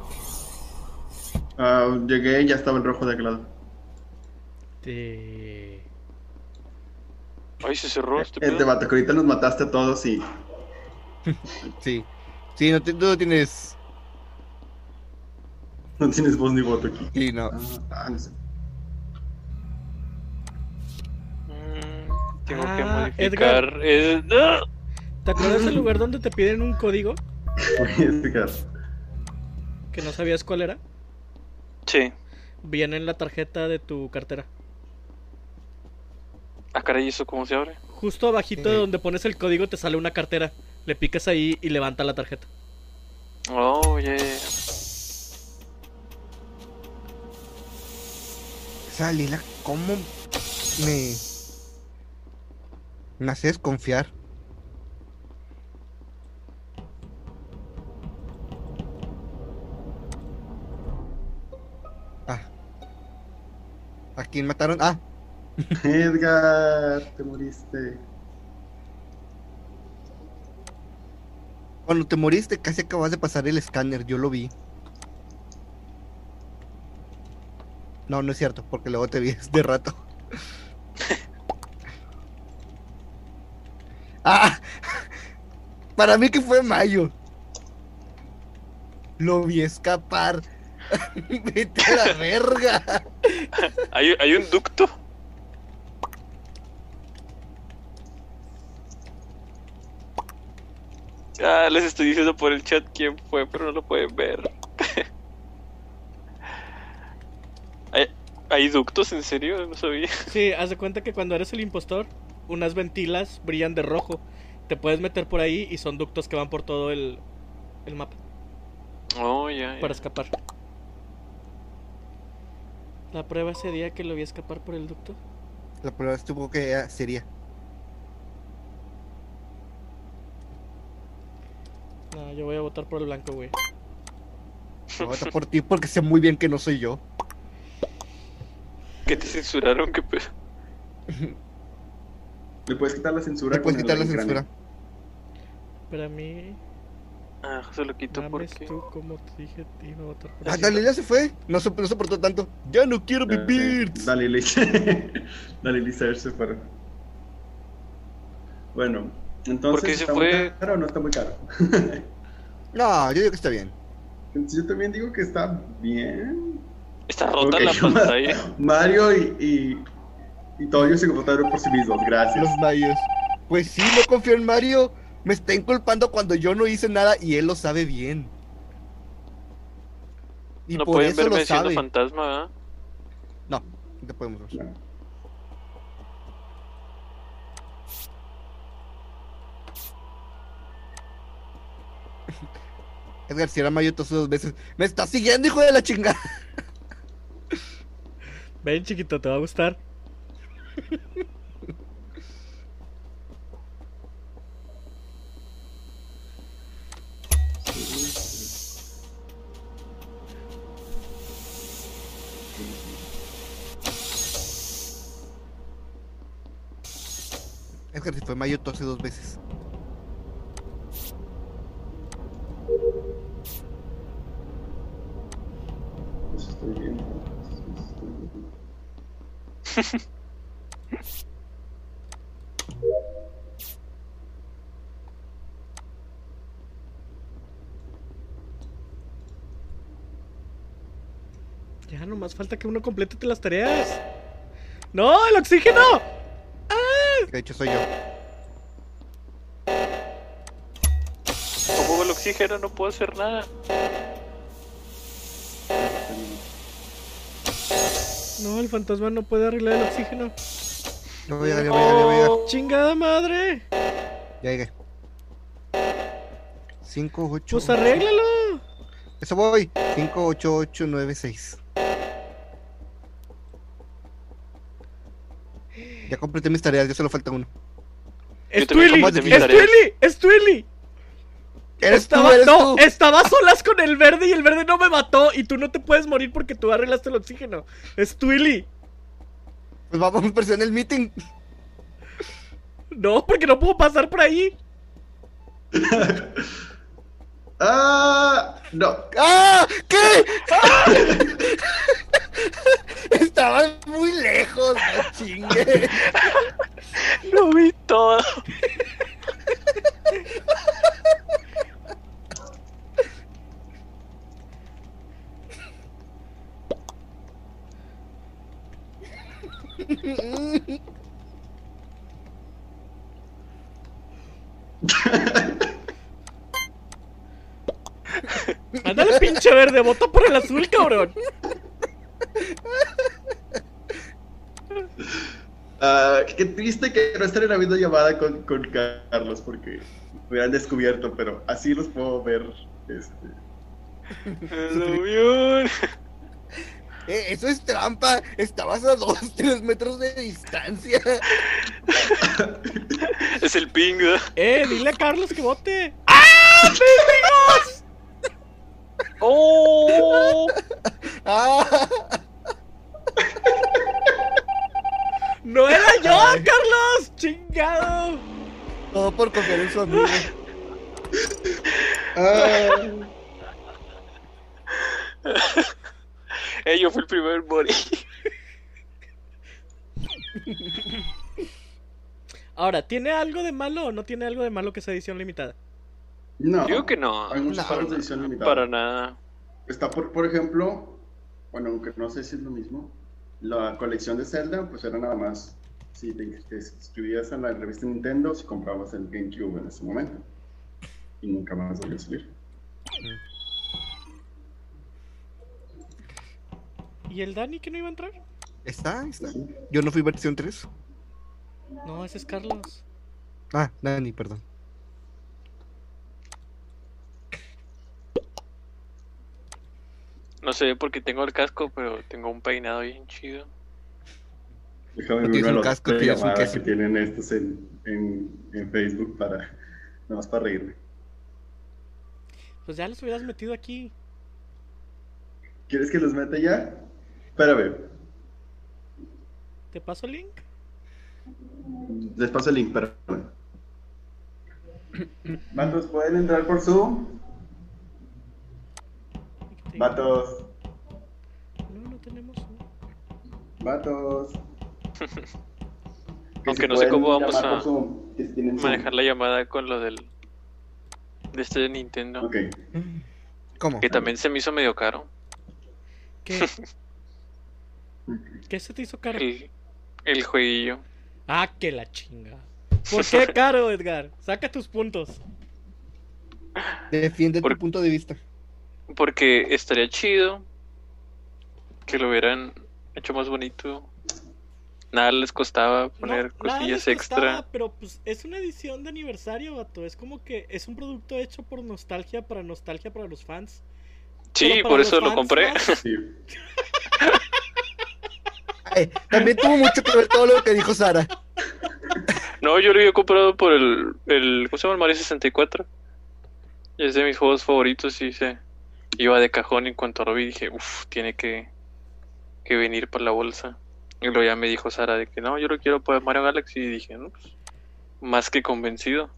D: Ah, llegué y ya estaba en rojo de aquel lado.
C: Te-
A: Ay, se cerró este
D: El
A: pedo.
D: debate, que ahorita nos mataste a todos y.
B: Sí. Sí, no, te- tú no tienes.
D: No tienes voz ni voto aquí.
B: Sí, no.
D: Ah, no sé.
A: Mm, Tengo que
C: Ah,
A: modificar. el- ¡Ah!
C: ¿Te acuerdas del lugar donde te piden un código
D: Voy a explicar.
C: que no sabías cuál era?
A: Sí.
C: Viene en la tarjeta de tu cartera.
A: Ah, caray, ¿y ¿eso cómo se abre?
C: Justo abajito
B: Sí.
C: de donde pones el código te sale una cartera. Le picas ahí y levanta la tarjeta.
A: Oh, yeah.
B: Esa Lila, ¿cómo me. Me hace desconfiar? Ah. ¿A quién mataron? Ah,
D: Edgar, te moriste.
B: cuando te moriste casi acabas de pasar el escáner, yo lo vi. No, no es cierto, porque luego te vi de rato. ah, para mí que fue mayo. Lo vi escapar. Vete a la verga.
A: ¿Hay, hay un ducto? Ah, les estoy diciendo por el chat quién fue, pero no lo pueden ver. ¿Hay, hay ductos en serio? No sabía.
C: Sí, haz de cuenta que cuando eres el impostor, unas ventilas brillan de rojo. Te puedes meter por ahí y son ductos que van por todo el, el mapa
A: Oh, ya. ya.
C: para escapar. La prueba sería que lo vi escapar por el ducto.
B: La prueba estuvo que era- sería.
C: No, yo voy a votar por el blanco, güey.
B: Me voy a votar por ti porque sé muy bien que no soy yo.
A: ¿Qué te censuraron? ¿Qué pedo?
D: ¿Le puedes quitar la censura?
B: Te puedes
D: con el
B: quitar la
D: cráneo?
B: censura.
C: Para mí,
A: Ah, se lo quito
C: mames
A: porque.
C: tú como te dije y no votar por
B: Ah,
C: el
B: Dalila se fue. No, sop- no soportó tanto. Ya no quiero
D: Eh,
B: vivir.
D: Dale, Liz. Dale, Liz, a ver, se fueron. Bueno, entonces.
A: ¿Por qué se
D: ¿está
A: fue?
D: muy caro o no está muy caro?
B: No, yo digo que está bien.
D: Yo también digo que está bien.
A: Está rota
D: Ok,
A: la pantalla.
D: Mario y, y, y Toyo se comportaron por sí mismos, gracias.
B: Los mayos. Pues sí, no confío en Mario. Me está inculpando cuando yo no hice nada y él lo sabe bien. Y
A: no
B: por
A: pueden
B: eso
A: verme
B: lo
A: siendo
B: sabe.
A: fantasma, ¿ah?
B: No, no te podemos ver. Edgar, si era Mario tosó dos veces. ¡Me está siguiendo, hijo de la chingada!
C: Ven, chiquito, te va a gustar.
B: Edgar, si fue Mario tose dos veces.
D: Pues estoy bien.
C: Ya, nomás falta que uno complete las tareas. ¡No, el oxígeno!
B: que De hecho, soy yo.
A: Como el oxígeno, no puedo hacer nada.
C: No, el fantasma no puede arreglar el oxígeno.
B: Ya voy, ya voy, ya voy, ya voy, ya voy.
C: ¡Chingada madre!
B: Ya llegué. 5, 8.
C: Pues arréglalo.
B: Eso voy. 58896. Ya completé mis tareas, ya solo falta uno.
C: ¡Es
A: también
C: Twilly!
B: completé mis
C: ¡Es
A: tareas.
C: Twilly! ¡Es Twilly!
B: Eres
C: estaba,
B: tú, eres
C: no,
B: tú.
C: estaba a solas con el verde y el verde no me mató. Y tú no te puedes morir porque tú arreglaste el oxígeno. Es Twilly.
B: Pues vamos, presiona el meeting.
C: No, porque no puedo pasar por ahí.
D: Ah, no.
B: ¡Ah! ¿Qué? ¡Ah! Estabas muy lejos, no chingue.
A: Lo vi todo.
C: Ándale, pinche verde, vota por el azul, cabrón.
D: Ah, qué triste que no estén habiendo llamada con, con Carlos porque me hubieran descubierto, pero así los puedo ver. Este.
A: Lo vio.
B: Eh, eso es trampa. Estabas a dos, tres metros de distancia.
A: Es el pingo.
C: Eh, dile a Carlos que vote. ¡Ah,
A: ¡Oh!
B: ¡Ah!
C: ¡No era yo, Carlos! ¡Chingado!
B: Todo por confiar en su amigo.
D: Ah.
A: Eh, yo fui el primer en morir.
C: Ahora, ¿tiene algo de malo o no tiene algo de malo que sea edición limitada?
D: No.
A: Digo que no.
D: Hay muchos
B: No,
D: juegos de
A: no,
D: edición limitada.
A: Para nada.
D: Está, por, por ejemplo, bueno, aunque no sé si es lo mismo, la colección de Zelda, pues era nada más si te, te suscribías a la revista Nintendo, si comprabas el GameCube en ese momento. Y nunca más volvió a salir.
C: ¿Y el Dani que no iba a entrar?
B: Está, está. Yo no fui versión 3.
C: No, ese es Carlos.
B: Ah, Nani, perdón.
A: No sé porque tengo el casco, pero tengo un peinado bien chido.
D: Déjame
B: No
D: ver
B: tienes
D: una
B: un
D: locura
B: casco, tienes un
D: llamada
B: queso.
D: que tienen estos en, en, en Facebook para, nada más para reírme.
C: Pues ya los hubieras metido aquí.
D: ¿Quieres que los meta ya? Espérame,
C: ¿Te paso el link?
D: les paso el link, espérame. Vatos, ¿pueden entrar por Zoom? Vatos,
C: No, no tenemos. ¿no?
D: vatos.
A: Aunque
D: si
A: no sé
D: pueden
A: cómo vamos
D: llamar
A: a
D: por Zoom, que si tienen Zoom.
A: Manejar la llamada con lo del. De este de Nintendo.
D: Ok.
B: ¿Cómo?
A: Que también se me hizo medio caro.
C: ¿Qué? ¿Qué se te hizo caro?
A: El, el jueguillo.
C: Ah, que la chinga. ¿Por qué caro, Edgar? Saca tus puntos.
B: Defiende
A: Por-
B: tu punto de vista.
A: Porque estaría chido que lo hubieran hecho más bonito. Nada les costaba poner
C: No, nada
A: cosillas
C: les
A: extra.
C: costaba, pero pues es una edición de aniversario, vato. Es como que es un producto hecho por nostalgia, para nostalgia para los fans.
A: Sí,
C: Pero para
A: por
C: los
A: eso lo
C: fans
A: compré.
C: más,
D: Sí.
B: Ay, también tuvo mucho que ver todo lo que dijo Sara.
A: No, yo lo había comprado por el, el ¿cómo se llama? El Mario 64. Y es de mis juegos favoritos y se iba de cajón y en cuanto lo vi dije, uff, tiene que, que venir para la bolsa. Y luego ya me dijo Sara de que no, yo lo quiero para Mario Galaxy y dije, no, pues, más que convencido.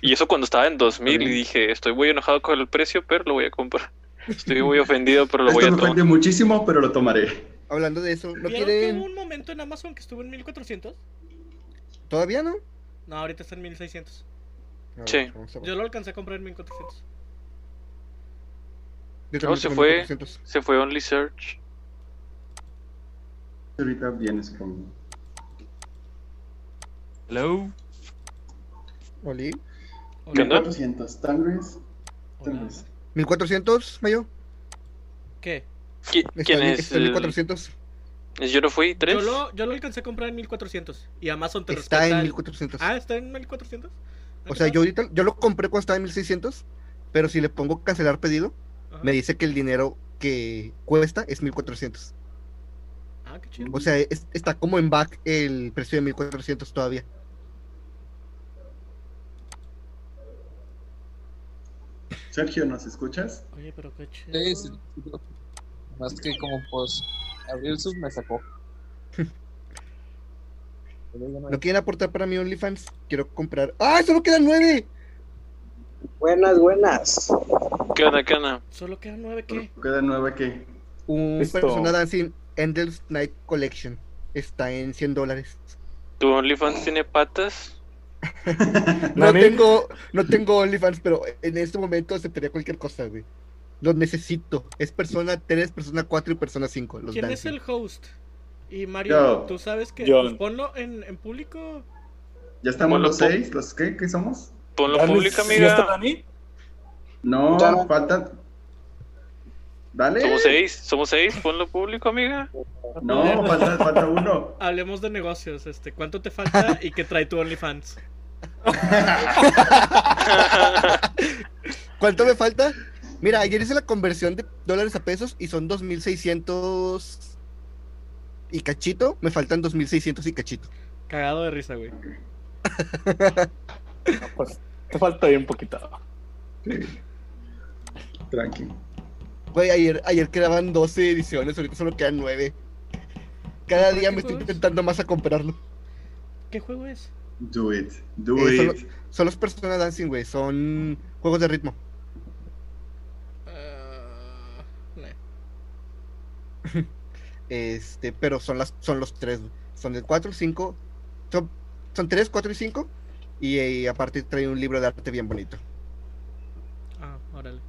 A: Y eso cuando estaba en 2000 y
D: También.
A: dije, estoy muy enojado con el precio, pero lo voy a comprar. Estoy muy ofendido, pero lo voy
D: Esto
A: a
D: me
A: tomar.
D: ofende muchísimo, pero lo tomaré.
B: Hablando de eso, ¿no
C: ¿Vieron que hubo
B: quieren?
C: un momento en Amazon que estuvo en 1400?
B: ¿Todavía no?
C: No, ahorita está en 1600.
B: A ver,
A: Sí.
B: vamos a ver.
C: Yo lo alcancé a comprar en 1400.
B: Yo
A: No,
B: también
A: se
B: tengo
A: fue.
B: 1400.
A: Se fue Only Search.
D: Ahorita vienes con.
E: Hello.
B: ¿Oli?
A: ¿Qué onda?
D: 400 tangres.
C: Hola.
D: Tangres.
B: ¿1400, Mayo?
C: ¿Qué?
A: ¿Qui-
B: Está
A: ¿Quién
B: en-
A: es?
B: Está en
A: el-
B: 1400.
A: ¿Es Yo no fui tres.
C: Yo lo, yo lo alcancé a comprar en 1400. Y Amazon te
B: Está
C: respeta
B: en
C: el-
B: 1400.
C: Ah, está en 1400. Ah,
B: O sea,
C: qué
B: yo ahorita yo lo compré cuando estaba en 1600, pero si le pongo cancelar pedido,
C: Ajá.
B: me dice que el dinero que cuesta es 1400.
C: Ah, qué chido.
B: O sea, es- está como en back el precio de 1400 todavía.
D: Sergio, ¿nos escuchas?
C: Oye, pero qué chido.
E: Sí, sí, sí. Más que como pues abrir sus me sacó. Pero ya no-
B: ¿No quieren aportar para mi OnlyFans? Quiero comprar. ¡Ah, solo quedan nueve!
F: Buenas, buenas.
A: ¿Qué onda, qué onda?
C: Solo quedan nueve, ¿qué?
D: Queda nueva que
B: Un
G: Listo.
B: Persona Dancing Endless Night Collection. Está en 100 dólares.
A: ¿Tu OnlyFans tiene patas?
B: No
G: Mami.
B: tengo, no tengo OnlyFans, pero en este momento aceptaría cualquier cosa, güey. Los necesito. Es persona 3, persona 4 y persona 5. Los
C: ¿Quién es
B: Dancing.
C: el host? Y Mario,
D: Yo.
C: tú sabes que
G: Yo.
C: pues, ponlo en, en público.
D: ¿Ya estamos
A: Bueno,
D: los
A: po-
D: seis? ¿Los qué? ¿Qué somos?
A: Ponlo
G: Dani,
A: público,
G: ¿sí está
A: amiga.
G: Dani?
D: No,
F: Ya no.
D: faltan. Dale.
A: Somos seis, somos seis, ponlo público, amiga.
D: No, falta, falta uno.
C: Hablemos de negocios, este. ¿Cuánto te falta y qué trae tu OnlyFans?
B: ¿Cuánto me falta? Mira, ayer hice la conversión de dólares a pesos y son 2.600 y cachito. Me faltan 2.600 y cachito.
C: Cagado de risa, güey.
G: No, pues te falta bien poquito.
D: Tranqui.
B: Güey, ayer, ayer quedaban 12 ediciones, ahorita solo quedan 9. Cada
C: ¿Para
B: día
C: qué
B: me estoy
C: juegas?
B: intentando más a comprarlo.
C: ¿Qué juego es?
D: Do it. Do
B: Eh,
D: it.
B: Son los Persona Dancing, güey. Son juegos de ritmo.
C: Ah, nah.
B: Este, pero son las son los tres, güey. son el 4, 5, son, son 3, 4 y 5 y, eh, aparte trae un libro de arte bien bonito.
C: Ah, órale.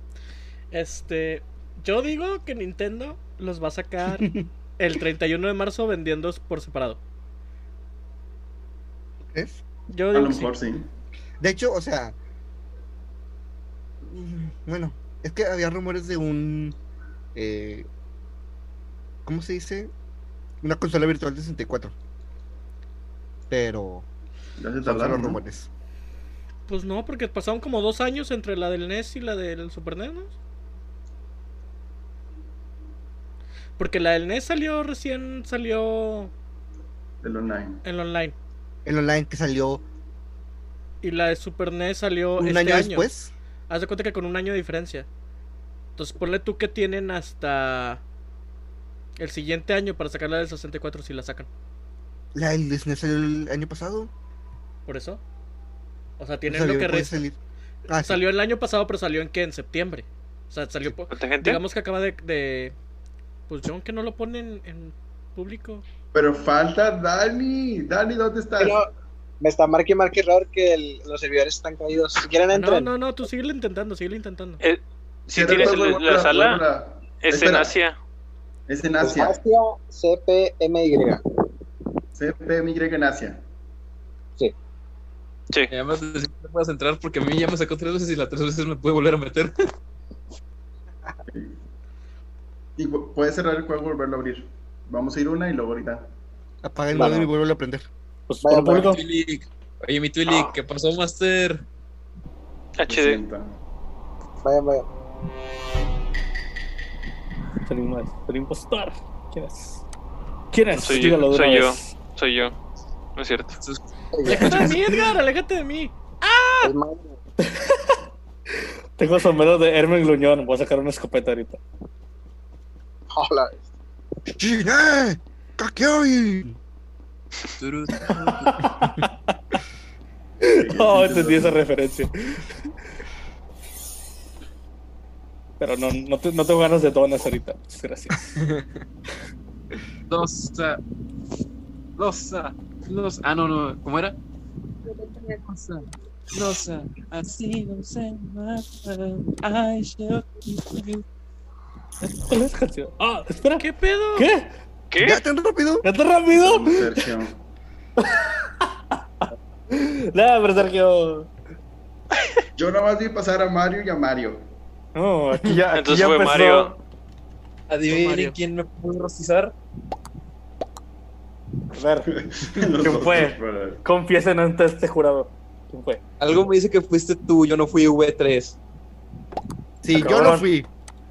C: Este, yo digo que Nintendo los va a sacar el 31 de marzo vendiendo por separado.
B: ¿Ves?
C: Yo
D: A lo
C: digo que sí.
D: mejor sí.
B: De hecho, o sea, mm, bueno, es que había rumores de un eh, ¿cómo se dice? Una consola virtual de 64. Pero
D: Ya se
B: son solo
D: tardaron. ¿no?
B: rumores.
C: Pues no, porque pasaron como dos años entre la del NES y la del Super NES, ¿no? Porque la del NES salió recién, salió
D: El online.
C: en online.
B: El online que salió
C: Y la de Super NES salió
B: un
C: este
B: año,
C: año.
B: después.
C: Haz de cuenta que con un año de diferencia. Entonces ponle tú que tienen hasta el siguiente año para sacar la del 64 si la sacan.
B: La del SNES salió el año pasado.
C: Por eso. O sea,
B: No
C: tienen
B: sabía
C: lo que
B: puede
C: resta.
B: salir. Ah, sí.
C: Salió el año pasado, pero salió en qué? En septiembre. O sea, salió po-
A: ¿Cuánta gente?
C: Digamos que acaba de, de- Pues John que no lo ponen en público.
D: Pero falta Dani. Dani, ¿dónde estás?
F: Pero me está marque y marque error que el- los servidores están caídos. Si quieren,
C: No,
F: entren.
C: no, no, tú sigue intentando, sigue intentando.
A: Eh, si
D: Cierra
A: tienes
D: todo,
A: la,
D: vuelve a-
A: la sala,
D: vuelve a-
A: es en
D: Espera,
A: Asia.
D: Es en Asia.
F: Asia, CPMY.
D: CPMY en Asia.
A: Sí.
E: Y además de decir que no puedes entrar porque a mí ya me sacó tres veces y las tres veces me pude volver a meter.
D: Y pu- puedes cerrar el juego y volverlo a abrir. Vamos a ir una y luego ahorita.
B: Apaga el
G: Bueno.
B: modem y vuelvo a aprender.
G: Pues
F: Vaya,
G: por público.
E: Twilight. Oye, mi Twilight, ¿qué pasó, Master?
D: Lo
A: HD.
D: siento.
F: Vayan, vayan.
G: Es el mismo- el impostor. ¿Quién es? ¿Quién es?
A: Soy yo,
G: Dígalo de
A: soy
G: una
A: yo.
G: vez.
A: Soy yo. No es cierto.
E: Entonces,
C: Aléjate de mí, Edgar, aléjate de mí.
F: Es madre.
G: Tengo sombrero de Hermen Gruñón. Voy a sacar una escopeta ahorita.
F: Hola.
B: ¡China! ¡Kakioi!
E: turu,
G: No, Oh, entendí esa referencia. Pero no, no, te- no tengo ganas de donas ahorita. Muchas gracias.
E: Los, ah, los, ah, los, ah, no, no, ¿cómo era? Los, ah, así no se matan, I shall keep you.
G: ¿Cuál es la canción? Ah, espera. ¿Qué?
C: ¿Qué pedo?
A: ¿Qué?
B: ¡Ya tan rápido!
G: ¿Ya está rápido?
D: Vamos, Sergio.
G: Nada, pero Sergio.
D: Yo nomás vi pasar a Mario y a Mario.
G: No, aquí ya. Aquí
A: Entonces
G: ya
A: fue
G: empezó.
A: Mario.
E: Adivinen
C: Mario.
E: quién me pudo rostizar.
G: A ver,
D: ¿Qué
G: fue? confiesen ante este jurado. ¿Quién fue?
E: Algo me dice que fuiste tú, yo no fui V3.
B: Sí, yo
G: Cabrón.
B: no fui.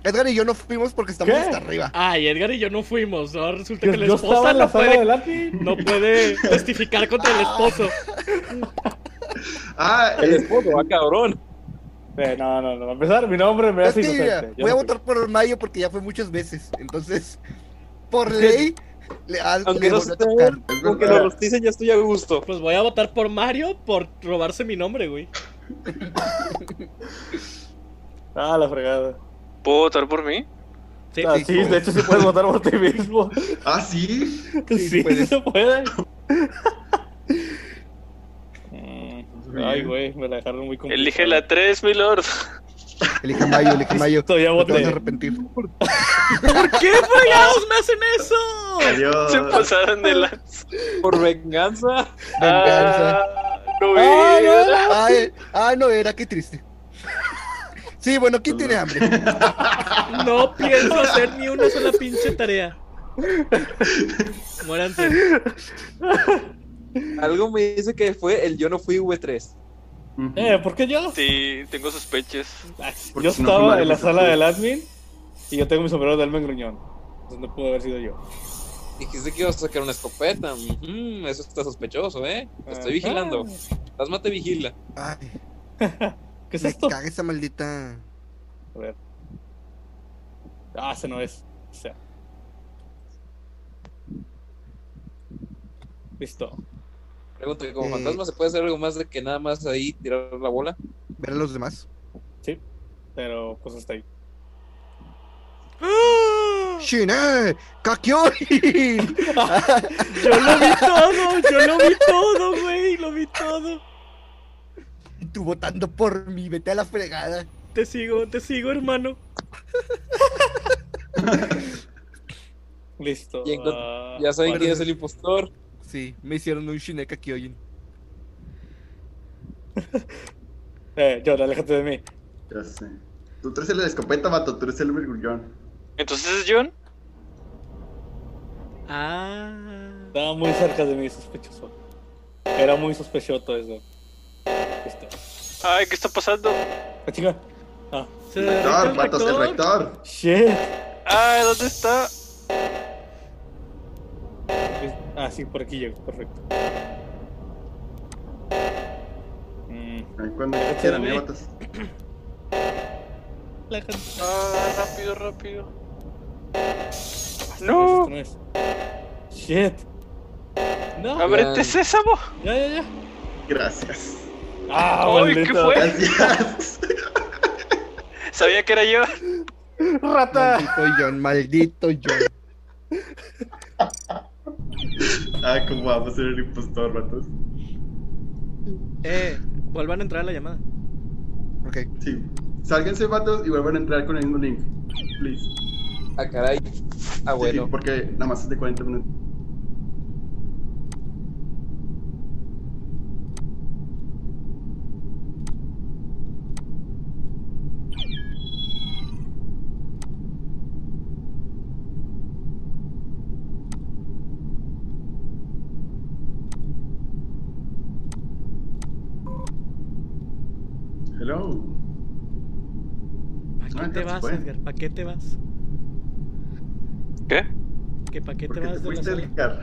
B: Edgar y yo no fuimos porque estamos
G: ¿Qué?
B: hasta arriba.
C: Ay, Edgar y yo no fuimos. Ahora resulta
G: Yo,
C: que la
G: yo estaba
C: esposa
G: en la
C: no
G: sala
C: puede,
G: delante.
C: no puede testificar contra el esposo.
D: Ah,
G: El
D: es-
G: esposo, va cabrón. Eh, no, no, no. Para empezar, mi nombre me
B: Es
G: hace
B: que mira,
G: inocente. Yo
B: voy a
G: no-
B: votar por Mayo porque ya fue muchas veces. Entonces, por ley, le, a-
A: Aunque
B: le
A: no
B: volvió a
A: esté-
B: tocar.
D: es
A: Aunque
D: verdad.
A: nos los dicen, ya estoy a gusto.
C: Pues voy a votar por Mario por robarse mi nombre, güey.
G: Ah, la fregada.
A: ¿Puedo votar por mí?
C: Sí,
G: Ah,
B: sí,
G: sí,
B: como-
G: de hecho sí puedes votar por ti mismo.
D: Ah, sí.
G: Sí,
B: Sí, puedes.
G: se puede. Mm, Ay, güey, me la dejaron muy complicada.
A: Elige la 3, mi lord.
B: Elige Mayo, elige Mayo. No
G: Todavía
B: te vas a
G: voté.
B: arrepentir.
C: ¿Por qué fregados me hacen eso?
D: Adiós.
A: Se pasaron de lanza.
F: Por venganza.
B: Venganza.
A: Ah, no
G: Ah, no,
A: era.
B: Ay, ah, no era, qué triste. Sí, bueno, ¿quién tiene hambre?
C: No pienso hacer ni una sola pinche tarea. Muéranse.
F: Algo me dice que fue el yo no fui V3.
D: Ujú.
G: Eh, ¿por qué yo?
A: Sí, tengo sospechas.
G: Ay,
D: Porque
G: yo
D: si no, fue
G: estaba
D: Mario
G: en la
D: López
G: sala
D: Cruz.
G: del admin y yo tengo mi sombrero de Almen Gruñón. Entonces no pudo haber sido yo.
F: Dijiste que ibas a sacar una escopeta. Ujú, eso está sospechoso, ¿eh? Te estoy vigilando. Tasma te vigila.
B: Ay,
G: ¿Qué es
B: me
G: esto?
B: caga esa maldita.
G: A ver. Ah, ese no es. O sea. Listo.
F: Pregunto que
D: Mm.
F: como
B: Eh.
F: fantasma se puede hacer algo más de que nada más ahí tirar la bola.
B: Ver a los demás.
G: Sí. Pero pues hasta ahí.
B: Shine, Kakiori.
C: Yo lo vi todo, yo lo vi todo, güey, lo vi todo.
B: Y tú votando por mí, vete a la fregada.
C: Te sigo, te sigo, hermano.
G: Listo.
F: Y encont-
G: Ah,
F: Ya saben
G: vale.
F: quién es el impostor.
B: Sí, me hicieron un Shine Kakiojin.
G: Eh, John, aléjate de mí.
D: Ya sé. Tú traes la escopeta, vato. Tú eres el virgullón.
A: Entonces es John.
C: Ah.
G: Estaba muy cerca de mí, sospechoso. Era muy sospechoso eso. Listo.
A: Ay, ¿qué está pasando?
G: Ah, chinga. Ah,
C: Se derrite
D: Rector,
C: el
D: vatos, el
C: rector.
D: rector.
G: shit.
A: Ah, ¿dónde está?
G: Ah, sí, por aquí llego, perfecto. Mm,
D: Ahí cuando
G: Rector,
D: quieran,
G: güey.
D: eh, vatos.
C: La gente-
A: Ah, rápido, rápido.
G: no,
A: No,
G: esto no es. Shit. No,
A: ábrete
F: Gran.
A: sésamo.
G: ya, ya, ya.
D: Gracias.
G: Ah,
A: Ay, ¿qué
G: maldito.
A: fue?
D: Gracias.
A: Sabía que era yo.
G: Rata.
B: Maldito John, maldito John.
D: Ah, cómo vamos a ser el impostor, vatos.
C: Eh, vuelvan a entrar a la llamada.
B: Ok.
D: Sí. Sálganse, vatos, y vuelvan a entrar con el mismo link. Please.
F: Ah, caray. Ah,
D: Sí,
F: bueno.
D: porque nada más es de 40 minutos. Hello.
C: ¿Para
D: Ah,
C: qué te
D: ya se
C: vas,
D: fue.
C: Edgar? ¿Para qué te vas?
A: ¿Qué?
C: ¿Que para qué
D: ¿Por
C: te
D: qué te
C: vas de la
D: fuiste
C: sala,
D: del car?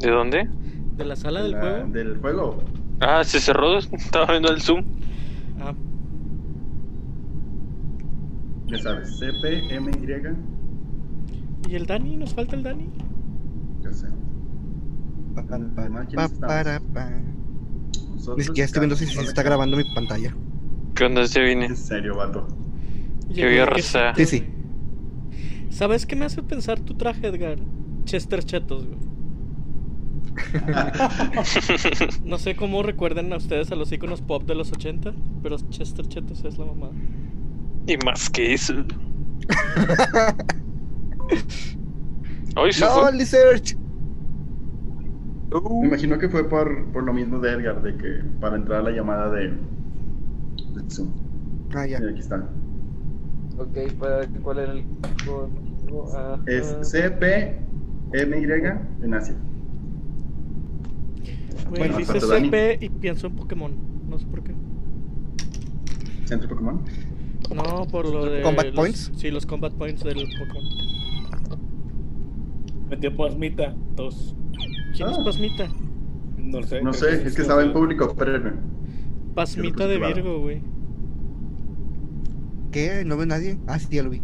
A: ¿De dónde?
C: de la sala del
D: La-
C: juego?
D: Del juego.
A: Ah, se cerró. Estaba viendo el Zoom.
C: Ah,
D: Ya sabes, CPMY.
C: ¿y el Dani? ¿Nos falta el Dani?
D: Ya sé.
B: Pa, pa,
D: Además,
B: pa,
D: ¿quiénes
B: para,
D: estamos?
B: pa.
D: Nosotros
B: Ni siquiera estoy viendo si se
D: estamos
B: está
D: acá.
B: grabando mi pantalla.
A: ¿Qué onda? Se vine.
D: En serio, vato.
C: Y
A: Que
C: el
A: voy a
C: Dani que
A: rezar.
C: se-
B: Sí, sí.
C: ¿Sabes qué me hace pensar tu traje, Edgar? Chester Chetos, güey. No sé cómo recuerden a ustedes a los iconos pop de los 80, pero Chester Chetos es la mamada.
A: y más que eso. Hoy se
B: No,
A: fue.
B: el search.
D: Me imagino que fue por, por lo mismo de Edgar, de que para entrar a la llamada de, de Zoom.
B: Ah, ya.
D: Mira, aquí está.
F: Ok, ¿para ¿cuál era el código? Ah,
D: Es
F: ah.
D: CPMY en Asia.
C: Güey,
D: Bueno,
C: dice
D: aparte, Dani.
C: CP y pienso en Pokémon. No sé por qué.
D: Centro Pokémon.
C: No, por lo de.
B: ¿Combat
C: los-
B: points?
C: Sí, los combat points del Pokémon.
G: Metió Pasmita, dos.
C: ¿Quién es
D: Ah.
C: Pasmita?
G: No sé.
D: No
G: creo
D: sé, es que estaba en público, espérenme.
C: Pasmita de
D: claro.
C: Virgo, güey.
B: ¿Qué? ¿No veo a nadie? Ah, sí, ya lo vi.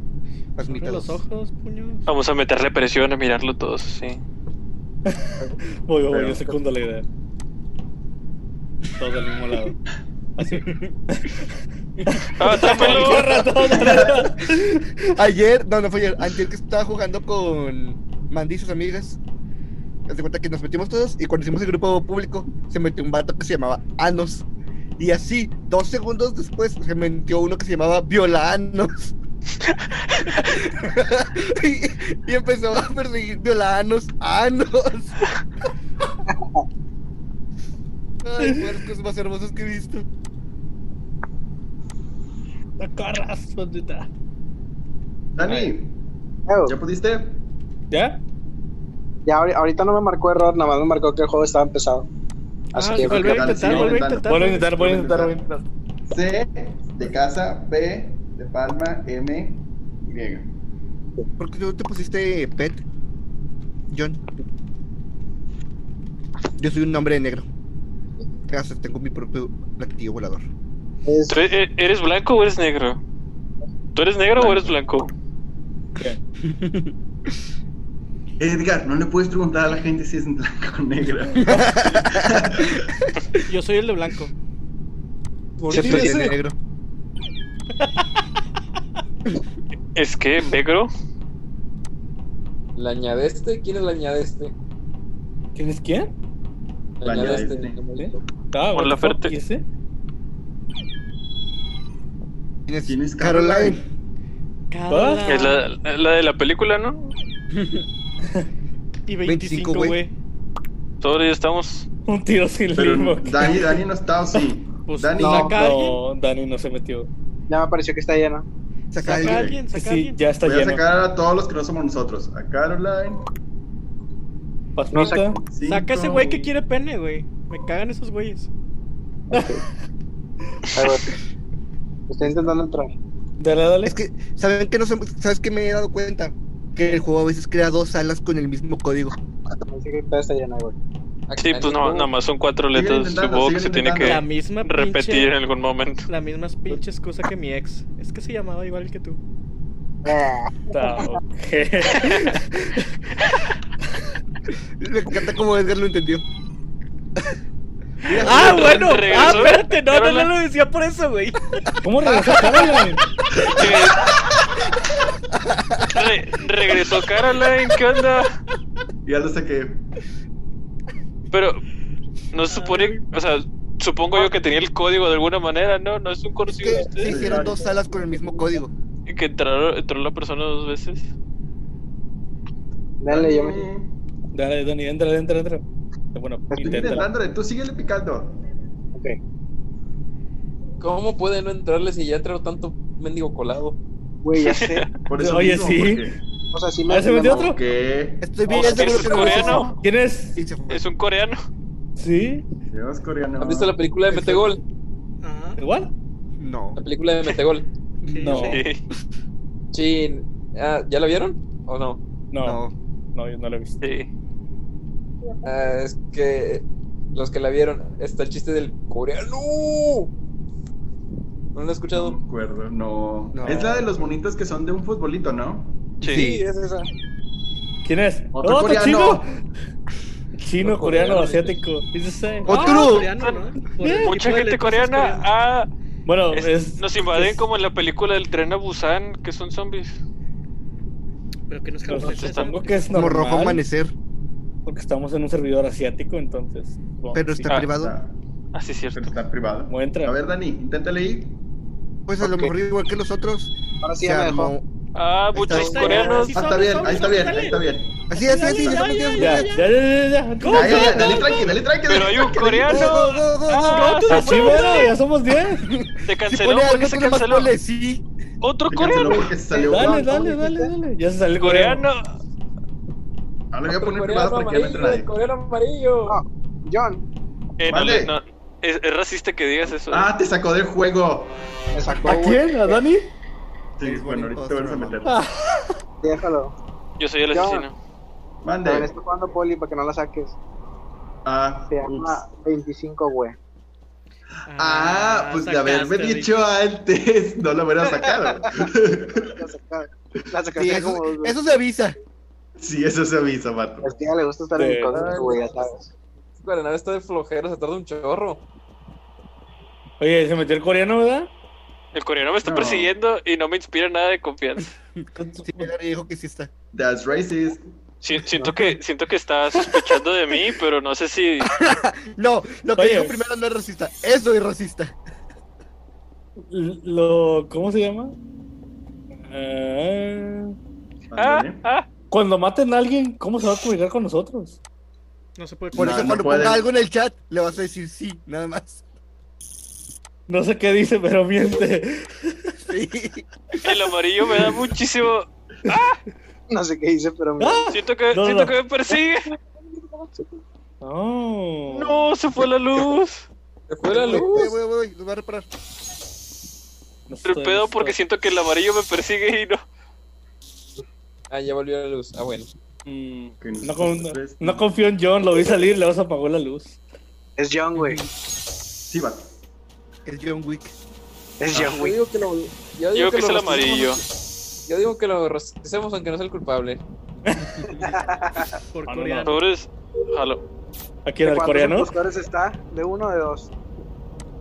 B: Pasmita
C: Abre Pues, los
B: dos.
C: ojos, puños.
A: Vamos a meterle presión a mirarlo todos, sí.
G: Voy, voy,
D: Pero- pues
G: yo secundo la idea. Todos del mismo lado. Así.
A: ¡Ah, tápalo!
G: Corra, todos al lado.
B: Ayer, no, no fue ayer. Ayer que estaba jugando con Mandy y sus amigas. Haz de cuenta que nos metimos todos y cuando hicimos el grupo público se metió un vato que se llamaba Anos. Y así, dos segundos después, se metió uno que se llamaba Violanos. y, y empezó a perseguir Violanos, Anos. Ay, puercos más hermosos que he visto.
G: No corras, Pasmita.
D: Ah, Dani, ¿ya pudiste?
G: ¿Ya?
H: Ya, ahori- ahorita no me marcó error, nada más me marcó que el juego estaba empezado. Así
C: Ah,
H: que
C: vuelve a
D: dale,
C: intentar,
D: sí,
C: vuelve a
D: dale.
C: intentar.
G: Vuelvo a intentar, vuelvo a intentar, vuelvo a intentar.
D: C de casa, P de palma, M, Y.
B: ¿Por qué tú te pusiste pet? John. Yo soy un hombre negro. Gracias, tengo mi propio platillo volador.
H: es-
A: ¿Tú e- ¿Eres blanco o eres negro? ¿Tú eres negro o eres blanco?
D: Edgar, no le puedes preguntar a la gente si es blanco o negro.
C: Yo soy el de blanco.
H: ¿por
B: Yo
H: qué
B: soy
H: ese?
B: de negro.
A: ¿Es que negro?
F: ¿La añadeste? ¿Quién es la añadeste?
G: ¿Quién es quién?
F: La
D: La
F: añadeste.
D: añadeste.
F: Camolito.
G: Ah,
A: Por
G: what
A: la
G: the fuck,
A: Ferte.
G: ¿y ese?
B: ¿Quién es,
D: ¿Quién es
B: Caroline?
D: Caroline?
C: Cada-
A: Es la, la de la película, ¿no?
C: Y
B: 25,
C: 25,
B: güey.
C: güey.
A: Todos ya estamos.
G: Un tiro sin
D: Pero
G: limbo.
D: Dani, Dani no está, ¿o sí.
C: Pues
D: Dani,
C: saca a alguien.
G: No, Dani no se metió.
H: Ya me pareció que está lleno.
B: Saca
C: Saca
B: a
C: a
B: alguien.
C: alguien, saca a
G: Sí,
C: alguien.
G: ya está
D: Voy a
G: lleno.
D: sacar a todos los que no somos nosotros. A Caroline.
H: No, saca-
G: Pasmita.
D: cinco,
C: Saca a ese güey que quiere pene, güey. Me cagan esos güeyes.
H: Ahí voy. Estoy intentando entrar.
G: Dale, dale.
B: Es que, ¿saben que no se- ¿Sabes que me he dado cuenta? Que el juego a veces crea dos salas con el mismo código.
H: Parece que todavía está lleno, güey.
A: Sí, pues no,
F: Acá-
A: nada más son cuatro letras.
D: intentando,
A: Supongo que
D: sigue
A: se tiene
D: intentando.
C: La
A: que
C: misma
A: repetir en
C: pinche.
A: algún momento.
C: La misma pinche excusa que mi ex. Es que se llamaba igual que tú.
H: Ah.
G: Está, ok.
B: Me encanta cómo Edgar lo entendió. Mira,
C: Ah,
A: ¿Regresó?
C: bueno. Ah, espérate. No, no,
A: Caroline.
C: no lo decía por eso, güey. Ah,
G: ¿Cómo regresó Caroline?
A: Re- regresó Caroline, ¿qué onda?
D: Ya lo saqué.
A: Pero no se supone, o sea, supongo yo que tenía el código de alguna manera, ¿no? No es un
B: es
A: conocido de
B: que se
A: ustedes.
B: hicieron dos salas con el mismo código.
A: Que entraron, entró la persona dos veces.
H: Dale, yo me.
G: Dale, Dani, entra, entra, entra. Bueno,
D: Estoy
G: inténtala.
D: intentándole, tú síguele picando.
H: Ok.
F: ¿Cómo puede no entrarle si ya trajo tanto mendigo colado?
H: Güey, ya sé.
D: Por eso
G: Oye,
D: mismo,
G: sí.
D: porque-
H: O sea, sí
G: Ah,
H: me.
G: se metió
H: me-
G: otro.
D: ¿Qué?
B: Estoy
A: Oh,
B: bien
A: ¿es
B: seguro que no es
A: coreano?
B: eso.
G: ¿Quién es?
B: Y se fue.
A: Es un coreano.
G: Sí.
D: Dios, coreano.
F: ¿Han visto la película de Metegol?
C: Ah,
G: ¿Igual?
B: No.
F: La película de Metegol.
G: No.
A: Sí.
F: Chin. Ah, ¿Ya la vieron? ¿O no?
G: No,
B: No.
G: no, yo no lo he visto.
A: sí.
F: Ah, es que los que la vieron, está el chiste del coreano. ¿No lo he
D: No
F: escuchado?
D: me acuerdo, no.
B: No.
D: Es la de los bonitos que son de un futbolito, ¿no?
A: Sí.
F: Sí, es esa.
G: ¿Quién es?
D: Otro coreano.
G: chino! Chino,
F: Otro
G: coreano,
F: coreano.
G: asiático. eh? ¿Es ese?
B: Otro.
C: coreano, ¿no? Por el tipo
A: Mucha
C: de
A: gente
C: letras
A: coreana
C: coreanas.
A: ah,
G: Bueno,
A: es-
G: es.
A: nos invaden
G: es-
A: como en la película del tren a Busan, que son zombies.
C: Pero que no es
G: pues,
C: japonés,
G: Supongo
C: ¿eh?
G: que es
B: Como
G: normal.
B: rojo amanecer,
G: Porque estamos en un servidor asiático, entonces. Bueno,
B: pero
G: sí.
B: está
A: Ah.
B: privado.
D: Está,
A: Ah, sí,
D: pero
A: cierto.
D: está privado.
G: Bueno, entra.
D: A ver, Dani, inténtale ir.
B: Pues a lo
H: Ok.
B: mejor igual que los otros,
H: Ahora sí
B: se
H: ya me dejó.
B: armó.
A: Ah,
B: Ahí
A: muchos
B: está.
A: coreanos.
C: Sí,
D: Ah, está
C: son,
D: bien,
C: son,
D: ahí está
C: son,
D: bien,
C: dale.
D: ahí está bien.
B: Así, así, así, ya,
C: Ya, ya,
B: ya,
G: Ya, ya, ya, ya. ya.
D: Ya, ya, ya,
G: ¡Go,
D: dale tranqui, dale tranqui. dale
A: Pero hay un
D: tranqui, dale
A: coreano.
B: Go, go, go,
A: Ah,
G: go! Así, mero, ya somos 10.
A: se
B: Si
A: canceló
B: pone algo,
A: porque se
B: tú nomás
A: canceló.
B: ponle sí.
A: Otro
D: Se canceló
A: coreano.
D: porque se salió.
G: Dale,
D: Juan.
G: dale, dale, dale. Ya se salió el coreano.
A: Coreano.
D: Ahora voy a
F: Otro
D: poner privado para que no
F: coreano amarillo,
D: entre
F: el
D: nadie.
F: coreano amarillo.
H: Ah. John,
A: Eh, no,
D: Mande.
A: le- no, es, es racista que digas eso.
D: Ah, te sacó del juego.
H: Me sacó,
G: ¿A
H: güey.
G: quién? ¿A Dani?
D: Sí, bueno, ahorita te vas a meter.
G: Ah.
H: Déjalo.
A: Yo soy el
H: Ya.
A: asesino.
H: A ver,
D: Mande.
H: estoy jugando poli para que no la saques.
D: Ah,
H: Se
D: ups.
H: llama 25, güey.
D: Ah, pues de haberme
C: sacaste,
D: dicho antes, no la hubiera sacado.
H: La sacaste, la sacaste
B: Sí,
H: como
B: eso,
H: dos veces.
B: eso se avisa.
D: sí, eso se avisa, vato.
H: A tía le gusta estar
G: Sí.
H: en incógnito, güey, ya sabes.
F: Cuarenal está de flojero, se tarda un chorro.
G: Oye, se metió el coreano, ¿verdad?
A: El coreano me está
D: No.
A: persiguiendo y no me inspira nada de confianza.
B: Sí, Gary dijo que sí está.
D: That's racist.
A: Si- siento, que, siento que está sospechando de mí, pero no sé si.
B: No, lo que
G: Oye.
B: dijo primero no es racista. Eso es racista.
G: Lo, ¿Cómo se llama? Ah,
A: Ah,
D: Ándale.
A: ah.
G: cuando maten a alguien, ¿cómo se va a comunicar con nosotros?
C: No se puede
B: Por
D: No,
B: eso
D: no
B: cuando
D: puede.
B: ponga algo en el chat, le vas a decir sí, nada más.
G: No sé qué dice, pero miente.
B: Sí.
A: El amarillo me da muchísimo.
H: No sé qué hice, pero mira.
G: ¡Ah!
A: Siento que,
G: No, no,
A: siento
G: no.
A: que me persigue.
G: No.
A: No, se fue la luz.
F: Se fue la
B: Voy,
F: luz.
B: voy, voy, voy, lo voy a reparar.
G: No sé,
A: El pedo
G: está-
A: porque siento que el amarillo me persigue y no.
F: Ah, ya volvió la luz. Ah, bueno.
G: Mm,
D: Que no-
G: no, con- no confío en John, lo vi salir, le vas a apagar la luz.
H: Es John, güey.
D: Sí, vato.
B: Es John Wick.
F: Ah,
H: Es John,
F: yo
H: güey.
F: digo que lo. Yo
A: Yo creo
F: digo
A: que es
F: lo
A: el
F: rastricemos.
A: amarillo.
F: Yo digo que lo rastricemos aunque no sea el culpable.
C: por
G: Ah, no, no.
C: coreano.
A: Sobres. Jalo.
G: Aquí en
H: ¿De
G: el
H: cuántos
G: coreano.
H: impostores está? ¿De uno o de dos?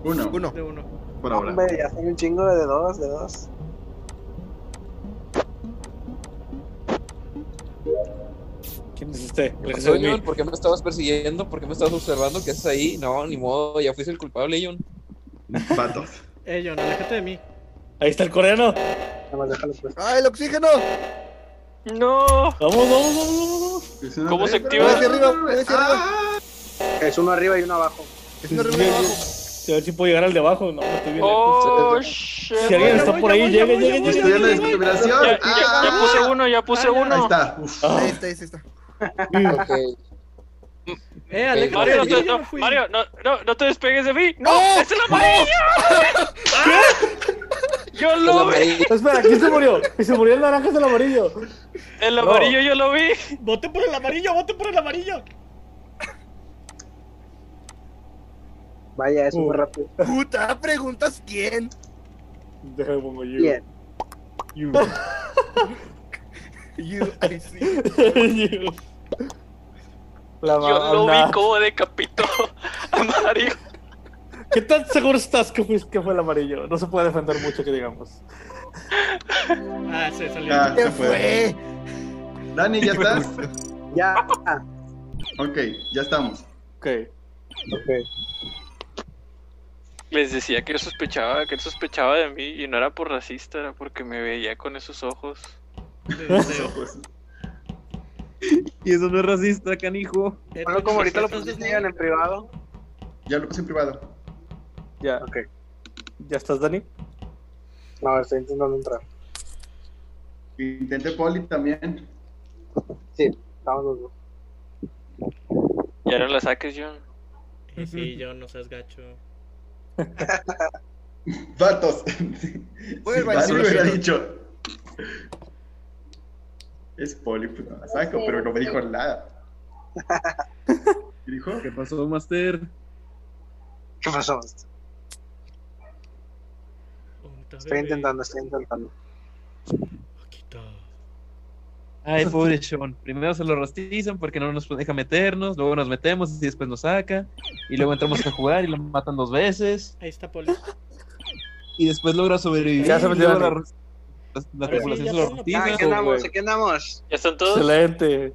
D: Uno,
B: Uno.
C: De uno.
D: por ahora.
H: Hombre, ya son un chingo de dos, de dos.
G: ¿Quién es este?
F: ¿Qué
G: Gracias
F: pasó,
G: a mí.
F: John? ¿Por qué me estabas persiguiendo? ¿Por qué me estabas observando? ¿Qué haces ahí? No, ni modo, ya fuiste el culpable, John.
D: Vatos.
C: Eh, John, aléjate de mí.
G: Ahí está el coreano.
H: Nada más déjalo pues.
B: ¡Ah, el oxígeno!
A: No.
G: Vamos, vamos, vamos, vamos.
D: Es una
A: ¿Cómo se
D: regla.
A: activa?
B: Hacia arriba, hacia
H: Es uno arriba y uno abajo.
B: Es una reunión abajo.
G: A ver si puedo llegar al de abajo. No, no estoy bien.
A: Oh,
F: lejos.
A: shit.
G: Si alguien
A: Ya,
G: está por ahí, llegue, llegue,
D: Ah,
G: llegue.
D: estoy en la discriminación.
A: ya-
D: Ah,
A: ya puse uno, ya puse
C: Ah, ya.
D: Ahí
A: uno.
D: está. Uf.
G: Ah,
B: Ahí está, ahí está.
F: Ah, Ok.
C: Eh, aléjate
A: Mario,
C: de
A: no,
C: mí.
A: te-
C: yo
A: no,
C: no fui.
A: Mario, no, no, no te despegues de mí. ¡No! ¡Es el amarillo! Yo
F: El
A: lo vi.
F: amarillo.
G: Espera, ¿quién se murió? Y se murió el naranja es el amarillo.
A: El amarillo yo lo vi.
C: Vote por el amarillo, vote por el amarillo.
H: Vaya, es
G: Uh.
H: muy rápido.
B: Puta, preguntas quién.
G: Déjame pongo you.
H: Bien.
G: You.
B: You, I see.
G: You. La
A: Yo lo
G: mamá.
A: vi como decapitó a Mario.
G: ¿Qué tan seguro estás que fue, que fue el amarillo? No se puede defender mucho, que digamos.
C: Ah, se salió.
D: Ah,
B: ¿Qué
D: se fue.
B: fue?
D: Dani, ¿ya estás?
H: Ya.
D: ok, ya estamos.
G: Ok.
H: Ok.
A: Les decía que yo sospechaba, que él sospechaba de mí y no era por racista, era porque me veía con esos ojos.
C: de deseo.
F: Y eso no es racista, canijo.
C: Eh,
H: Bueno, como ahorita lo
C: entonces,
H: pusiste
C: no.
H: Ian, en privado.
D: Ya lo puse en privado.
G: Ya.
H: Ok.
G: ¿Ya estás, Dani?
H: No, estoy intentando entrar.
D: Intenté poli también.
H: Sí, estamos los dos.
A: Ya no la saques, John.
C: Eh, Sí, yo no seas gacho.
D: Vatos. si
B: Vuelva a
D: Dani
B: decirlo,
D: me hubiera
B: señor.
D: dicho. Es poli, pues no la saco, pero no me dijo nada. ¿Qué dijo?
F: ¿Qué pasó, Master?
H: ¿Qué pasó?
C: Unta
H: Estoy
C: bebé,
H: intentando, estoy intentando.
C: poquito.
F: Ay, pobre Sean. Primero se lo rastizan porque no nos deja meternos, luego nos metemos y después nos saca. Y luego entramos a jugar y lo matan dos veces.
C: Ahí está Poli.
F: Y después logra sobrevivir.
G: Ya se metió
F: y luego
G: Dani.
F: la, ras- la- la
C: Ahora sí,
F: tripulación
C: ya
F: se lo
C: todo.
F: rastiza.
H: Ah, aquí andamos, aquí andamos.
A: ¿Ya están todos?
G: Excelente.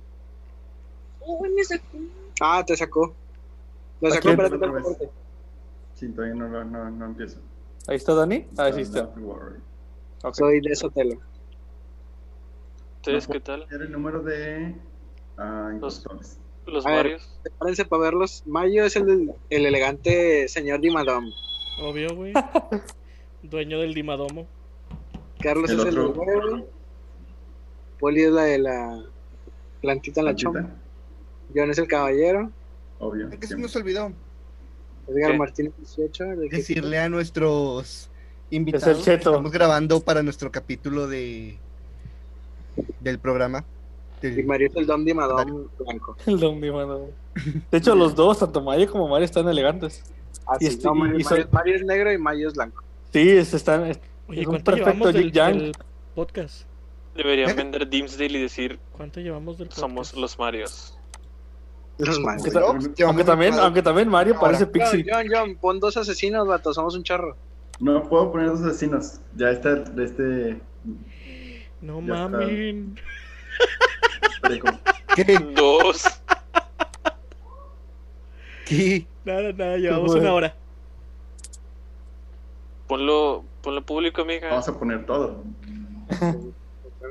H: Ah, te sacó. Lo sacó,
G: quién?
H: espérate,
D: Otra vez.
H: espérate.
D: Sí, todavía no, no, no, no empiezo.
G: ¿Ahí está, Dani? Ah, sí está.
D: Don't worry.
G: Ok.
H: Soy de Sotelo.
A: ¿Ustedes qué tal?
D: Era el número de. Ah, impostores.
A: ¿Los
H: A ver.
A: varios?
H: Prepárense para verlos. Mayo es el, el elegante señor Di Madame.
C: Obvio, güey. Dueño del Dimadomo.
H: Carlos
D: El
H: es el
D: otro.
H: del huevo. Poli es la de la plantita en la chompa.
D: Tantita,
H: John es el caballero.
D: Obvio.
B: ¿Qué se nos olvidó?
H: Edgar
A: ¿Qué?
H: Martínez 18. el que-
B: Decirle a nuestros invitados.
G: Es el cheto.
B: Estamos grabando para nuestro capítulo de del programa. del-
H: Y Mario es el Don Dimadón blanco.
G: El Don Dimado. De hecho, los dos, tanto Mario como Mario, están elegantes.
H: Así,
G: Y este-
H: no, Mario,
G: y son-
H: Mario- Mario es negro y Mario es blanco.
G: Sí, es- están. es-
C: Oye,
G: Es un
C: ¿cuánto
G: perfecto
C: llevamos del,
G: yin yang.
C: del podcast?
A: Deberían
B: ¿Eh?
A: vender Dimsdale y decir
C: ¿Cuánto llevamos del podcast?
A: somos los Marios.
H: Los Mario.
G: que ta- aunque, también, aunque también Mario
B: Ahora.
G: parece
H: John,
G: Pixie.
H: John, John, pon dos asesinos, vato, somos un charro.
D: No puedo poner dos asesinos. Ya está este
C: No
D: Ya está.
C: mamen.
D: parejo.
B: ¿Qué?
A: Dos.
B: ¿Qué?
C: Nada, nada, llevamos
G: bueno.
C: una hora.
A: Ponlo, ponlo público, amiga.
D: Vamos a poner todo.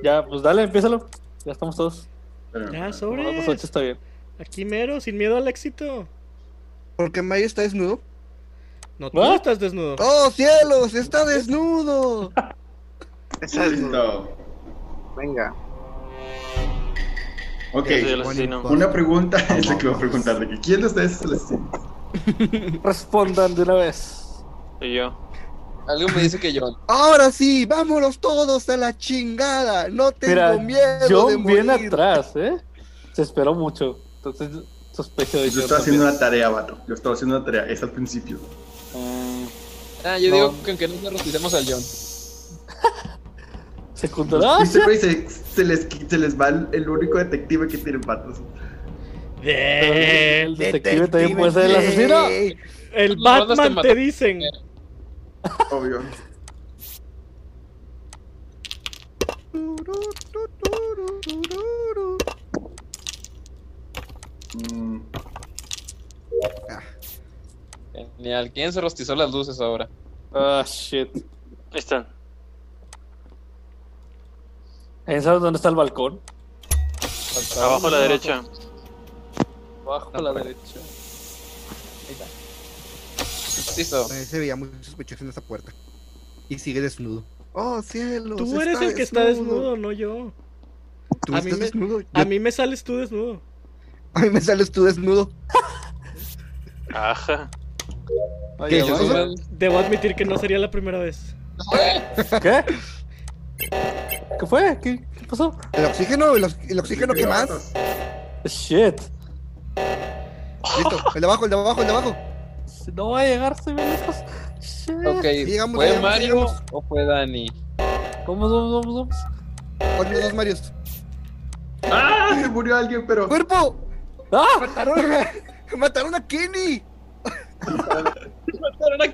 G: Ya, pues dale, empiézalo. Ya estamos todos.
D: Pero-
C: Ya,
G: Bueno, pues ocho
C: sobres.
G: está bien.
C: Aquí mero, sin miedo al éxito.
B: ¿Por qué Mario está desnudo?
C: No, tú
G: ¿Ah?
C: estás desnudo.
B: ¡Oh, cielos! ¡Está desnudo!
H: Esa es-
D: Listo.
H: Venga.
D: Ok.
A: Yo soy el asesino.
D: Una pregunta es lo que voy a preguntar. de que, ¿Quién de ustedes es el asesino?
G: Respondan de una vez.
A: Y yo.
F: Algo me dice que John.
B: Ahora sí, vámonos todos a la chingada. No tengo
G: Mira,
B: miedo de
G: John
B: morir.
G: viene atrás, ¿eh? Se esperó mucho. Entonces, sospecho de
D: Yo
G: John.
D: estaba haciendo
G: también.
D: una tarea, vato. Yo estaba haciendo una tarea. Es al principio.
G: Mm,
F: Ah, yo
G: No.
F: digo que aunque no nos rostizamos al John.
G: secundaria.
D: Y siempre Este se, se les, se les va el, el único detective que tiene patas.
C: De-
G: El Eh, detective también puede ser el asesino.
B: Ey,
C: El
F: Los bandos te
C: Batman te
F: matan.
C: dicen.
G: Pues
D: Obvio. Mm,
F: Genial. ¿Quién se rostizó las luces ahora?
G: Ah, shit.
A: Ahí están.
G: ¿Eh, ¿Sabes dónde está el balcón?
A: Abajo a la derecha.
G: Abajo a la derecha.
F: Listo.
B: Ay, Se veía muy sospechoso en esa puerta. Y sigue desnudo. ¡Oh, cielos!
C: Tú eres el que está desnudo, no yo.
B: Tú
C: A mí
B: estás
C: me-
B: desnudo. Yo-
C: A mí me sales tú desnudo.
B: me sales tú desnudo.
A: Ajá.
B: ¿Qué,
F: Oye,
B: Jesús?
F: Batman.
C: Debo admitir que no sería la primera vez.
G: ¿Qué? ¿Qué fue? ¿Qué, qué pasó?
B: El oxígeno, el, ox- el oxígeno, ¿qué más?
D: vatos.
G: Shit.
B: Listo, el de abajo, el de abajo, el de abajo.
G: No va a llegar, estoy bien lejos. Shit.
F: Ok,
B: Digamos,
F: ¿fue
B: digamos,
F: Mario
B: digamos.
F: o fue Dani?
G: Vamos, vamos, vamos, vamos.
B: Pon los dos Marios.
D: ¡Ah! Se murió alguien, pero.
B: ¡Cuerpo!
G: ¡Ah!
B: ¡Mataron! ¡Mataron a Kenny!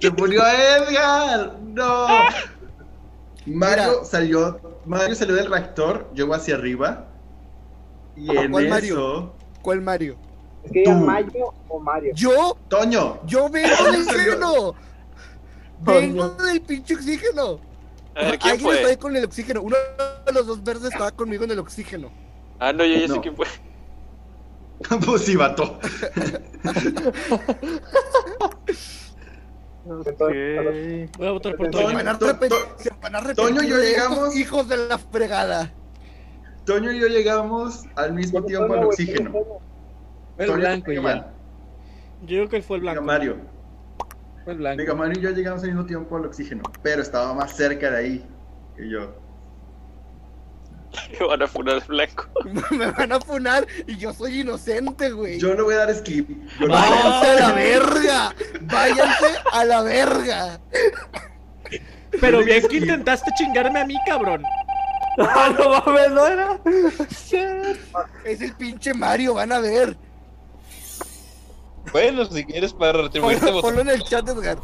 D: ¡Se murió Edgar! ¡No! Mario
B: Mira.
D: salió. Mario salió del reactor, llegó hacia arriba. Y en
B: ¿Cuál
D: eso.
B: Mario? ¿Cuál Mario?
H: Es que digan
D: Tú.
H: Mayo o Mario.
B: ¡Yo!
D: ¡Toño!
B: ¡Yo vengo del oxígeno! ¡Vengo
G: Oh, Coño.
B: del pinche oxígeno!
A: A ver, ¿quién
B: Alguien está ahí
A: fue?
B: con el oxígeno. Uno de los dos verdes estaba conmigo en el oxígeno.
A: Ah, no, yo ya sé
D: No.
A: quién fue.
D: Pues sí, vato.
G: Ok.
C: Voy a votar por
H: Toño.
B: Se
C: Toño.
B: van a pues,
D: To-
B: arrepen-
D: to-
B: se van a arrepentir
D: Toño y yo
B: de
D: llegamos.
B: estos Hijos de la fregada.
D: Toño y yo llegamos al mismo tiempo al oxígeno.
F: Fue el
D: Toño,
F: blanco
D: diga
F: ya.
D: Mario,
C: Yo creo que fue el
D: diga
C: blanco.
D: Mario.
F: Fue el blanco.
D: Diga, Mario y yo llegamos al mismo tiempo al oxígeno. Pero estaba más cerca de ahí que yo.
A: Me van a funar al blanco.
B: Me van a funar y yo soy inocente, güey.
D: Yo no voy a dar skip. Yo no voy a dar-
B: ¡Váyanse a la verga! ¡Váyanse a la verga!
C: Pero bien que intentaste chingarme a mí, cabrón.
G: ¡Ah, no mames, no era! Shit.
B: Es el pinche Mario, van a ver.
F: Bueno, si quieres para este retribuirte,
B: Ponlo,
F: voto.
B: ponlo en el chat, Edgar.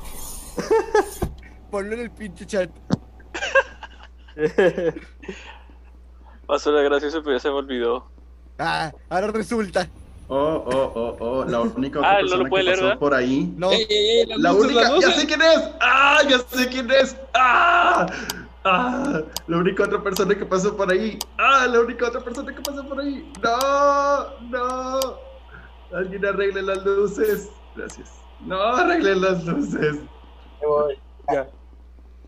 B: Ponlo en el pinche chat.
A: Pasó la graciosa, pero ya se me olvidó.
B: Ah, ahora resulta.
D: Oh, oh, oh, oh. La única otra
A: Ah, no lo
D: persona
A: puede
D: que
A: leer,
D: pasó
A: ¿verdad?
D: por ahí.
B: No,
F: Ey, ey, ey, las
D: La
F: luces, las
D: única, ya
F: luces.
D: sé quién es. Ah, ya sé quién es. Ah, ah, la única otra persona que pasó por ahí. Ah, la única otra persona que pasó por ahí. No, no. Alguien arregle las luces. Gracias. No, arreglen las luces.
H: Me voy.
G: Ya.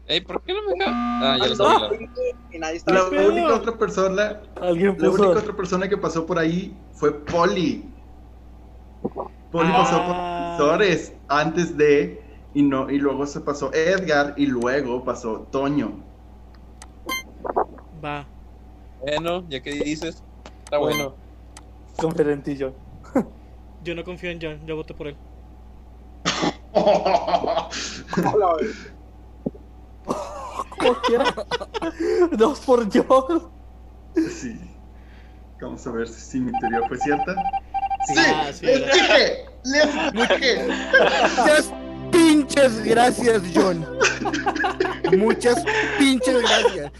F: Ey, ¿por qué no me deja? Ah, ya lo
H: Ah,
F: estaba
H: no,
F: hablando.
H: Y nadie está.
D: La
C: pedo?
D: única otra persona,
G: Alguien
D: la única
G: puso.
D: otra persona que pasó por ahí fue Polly. Polly
C: Ah.
D: pasó por los sensores antes de y no y luego se pasó Edgar y luego pasó Toño.
C: Va.
F: Bueno, ya que dices, está bueno.
G: Conferentillo.
C: Yo no confío en John, yo voto por él.
H: Hola, güey.
G: Como quiera. Dos por yo.
D: Sí. Vamos a ver si, si mi teoría fue cierta. Sí,
C: Ah, sí,
D: les
C: era.
D: dije, les dije.
B: Muchas pinches gracias, John. Muchas pinches gracias.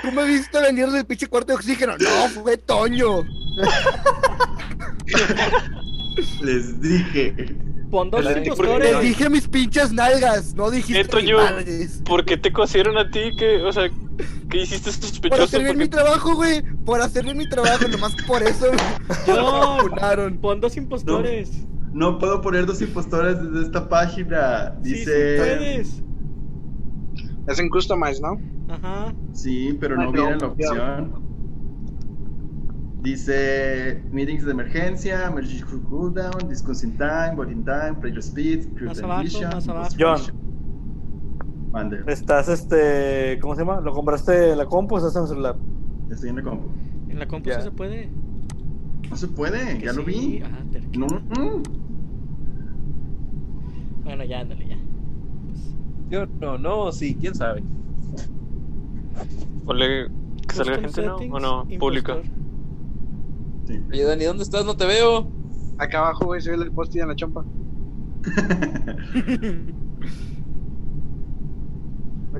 B: ¿Tú me viste venir del pinche cuarto de oxígeno? No, fue Toño.
D: Les dije.
C: Pon dos
A: Pero sí, porque-
C: impostores.
B: Les dije mis pinches nalgas, no dijiste
A: Neto,
B: mis
A: yo-
B: madres.
A: ¿Por qué te cosieron a ti? que O sea, ¿qué hiciste
B: Por
A: sospechoso?
B: hacer bien mi
A: Porque-
B: trabajo, güey. Por hacer bien mi trabajo, nomás por eso
C: No,
B: me funaron.
C: pon dos impostores.
D: No puedo poner dos impostores desde esta página.
C: Sí, sí
D: Dice.
C: puedes.
H: Es en Customize, ¿no?
C: Ajá.
D: Sí, pero no
H: Ah, no,
D: viene la
H: ya.
D: opción. Dice meetings de emergencia, emergency cooldown, discuss in time, boarding time, player speed, crew
C: Más
D: transition,
C: abajo, más abajo.
D: frustration. Mande,
G: Estás, este, ¿cómo se llama? ¿Lo compraste en la compu o estás en el celular?
D: estoy en la compu.
C: En la compu
G: Ya.
C: sí se puede.
D: No se puede,
C: Que
D: ya lo
C: sí.
D: vi.
C: Ah, terquedad.
D: No, mm.
C: Bueno, ya, ándale, ya.
F: Yo no, no, sí, quién sabe.
A: Ponle que salga
C: Custom
A: gente, ¿no?
C: settings,
A: ¿O no? Pública.
C: impostor.
D: Sí.
F: Oye, Dani, ¿dónde estás? No te veo.
H: Acá abajo, güey, soy el posti en la chompa.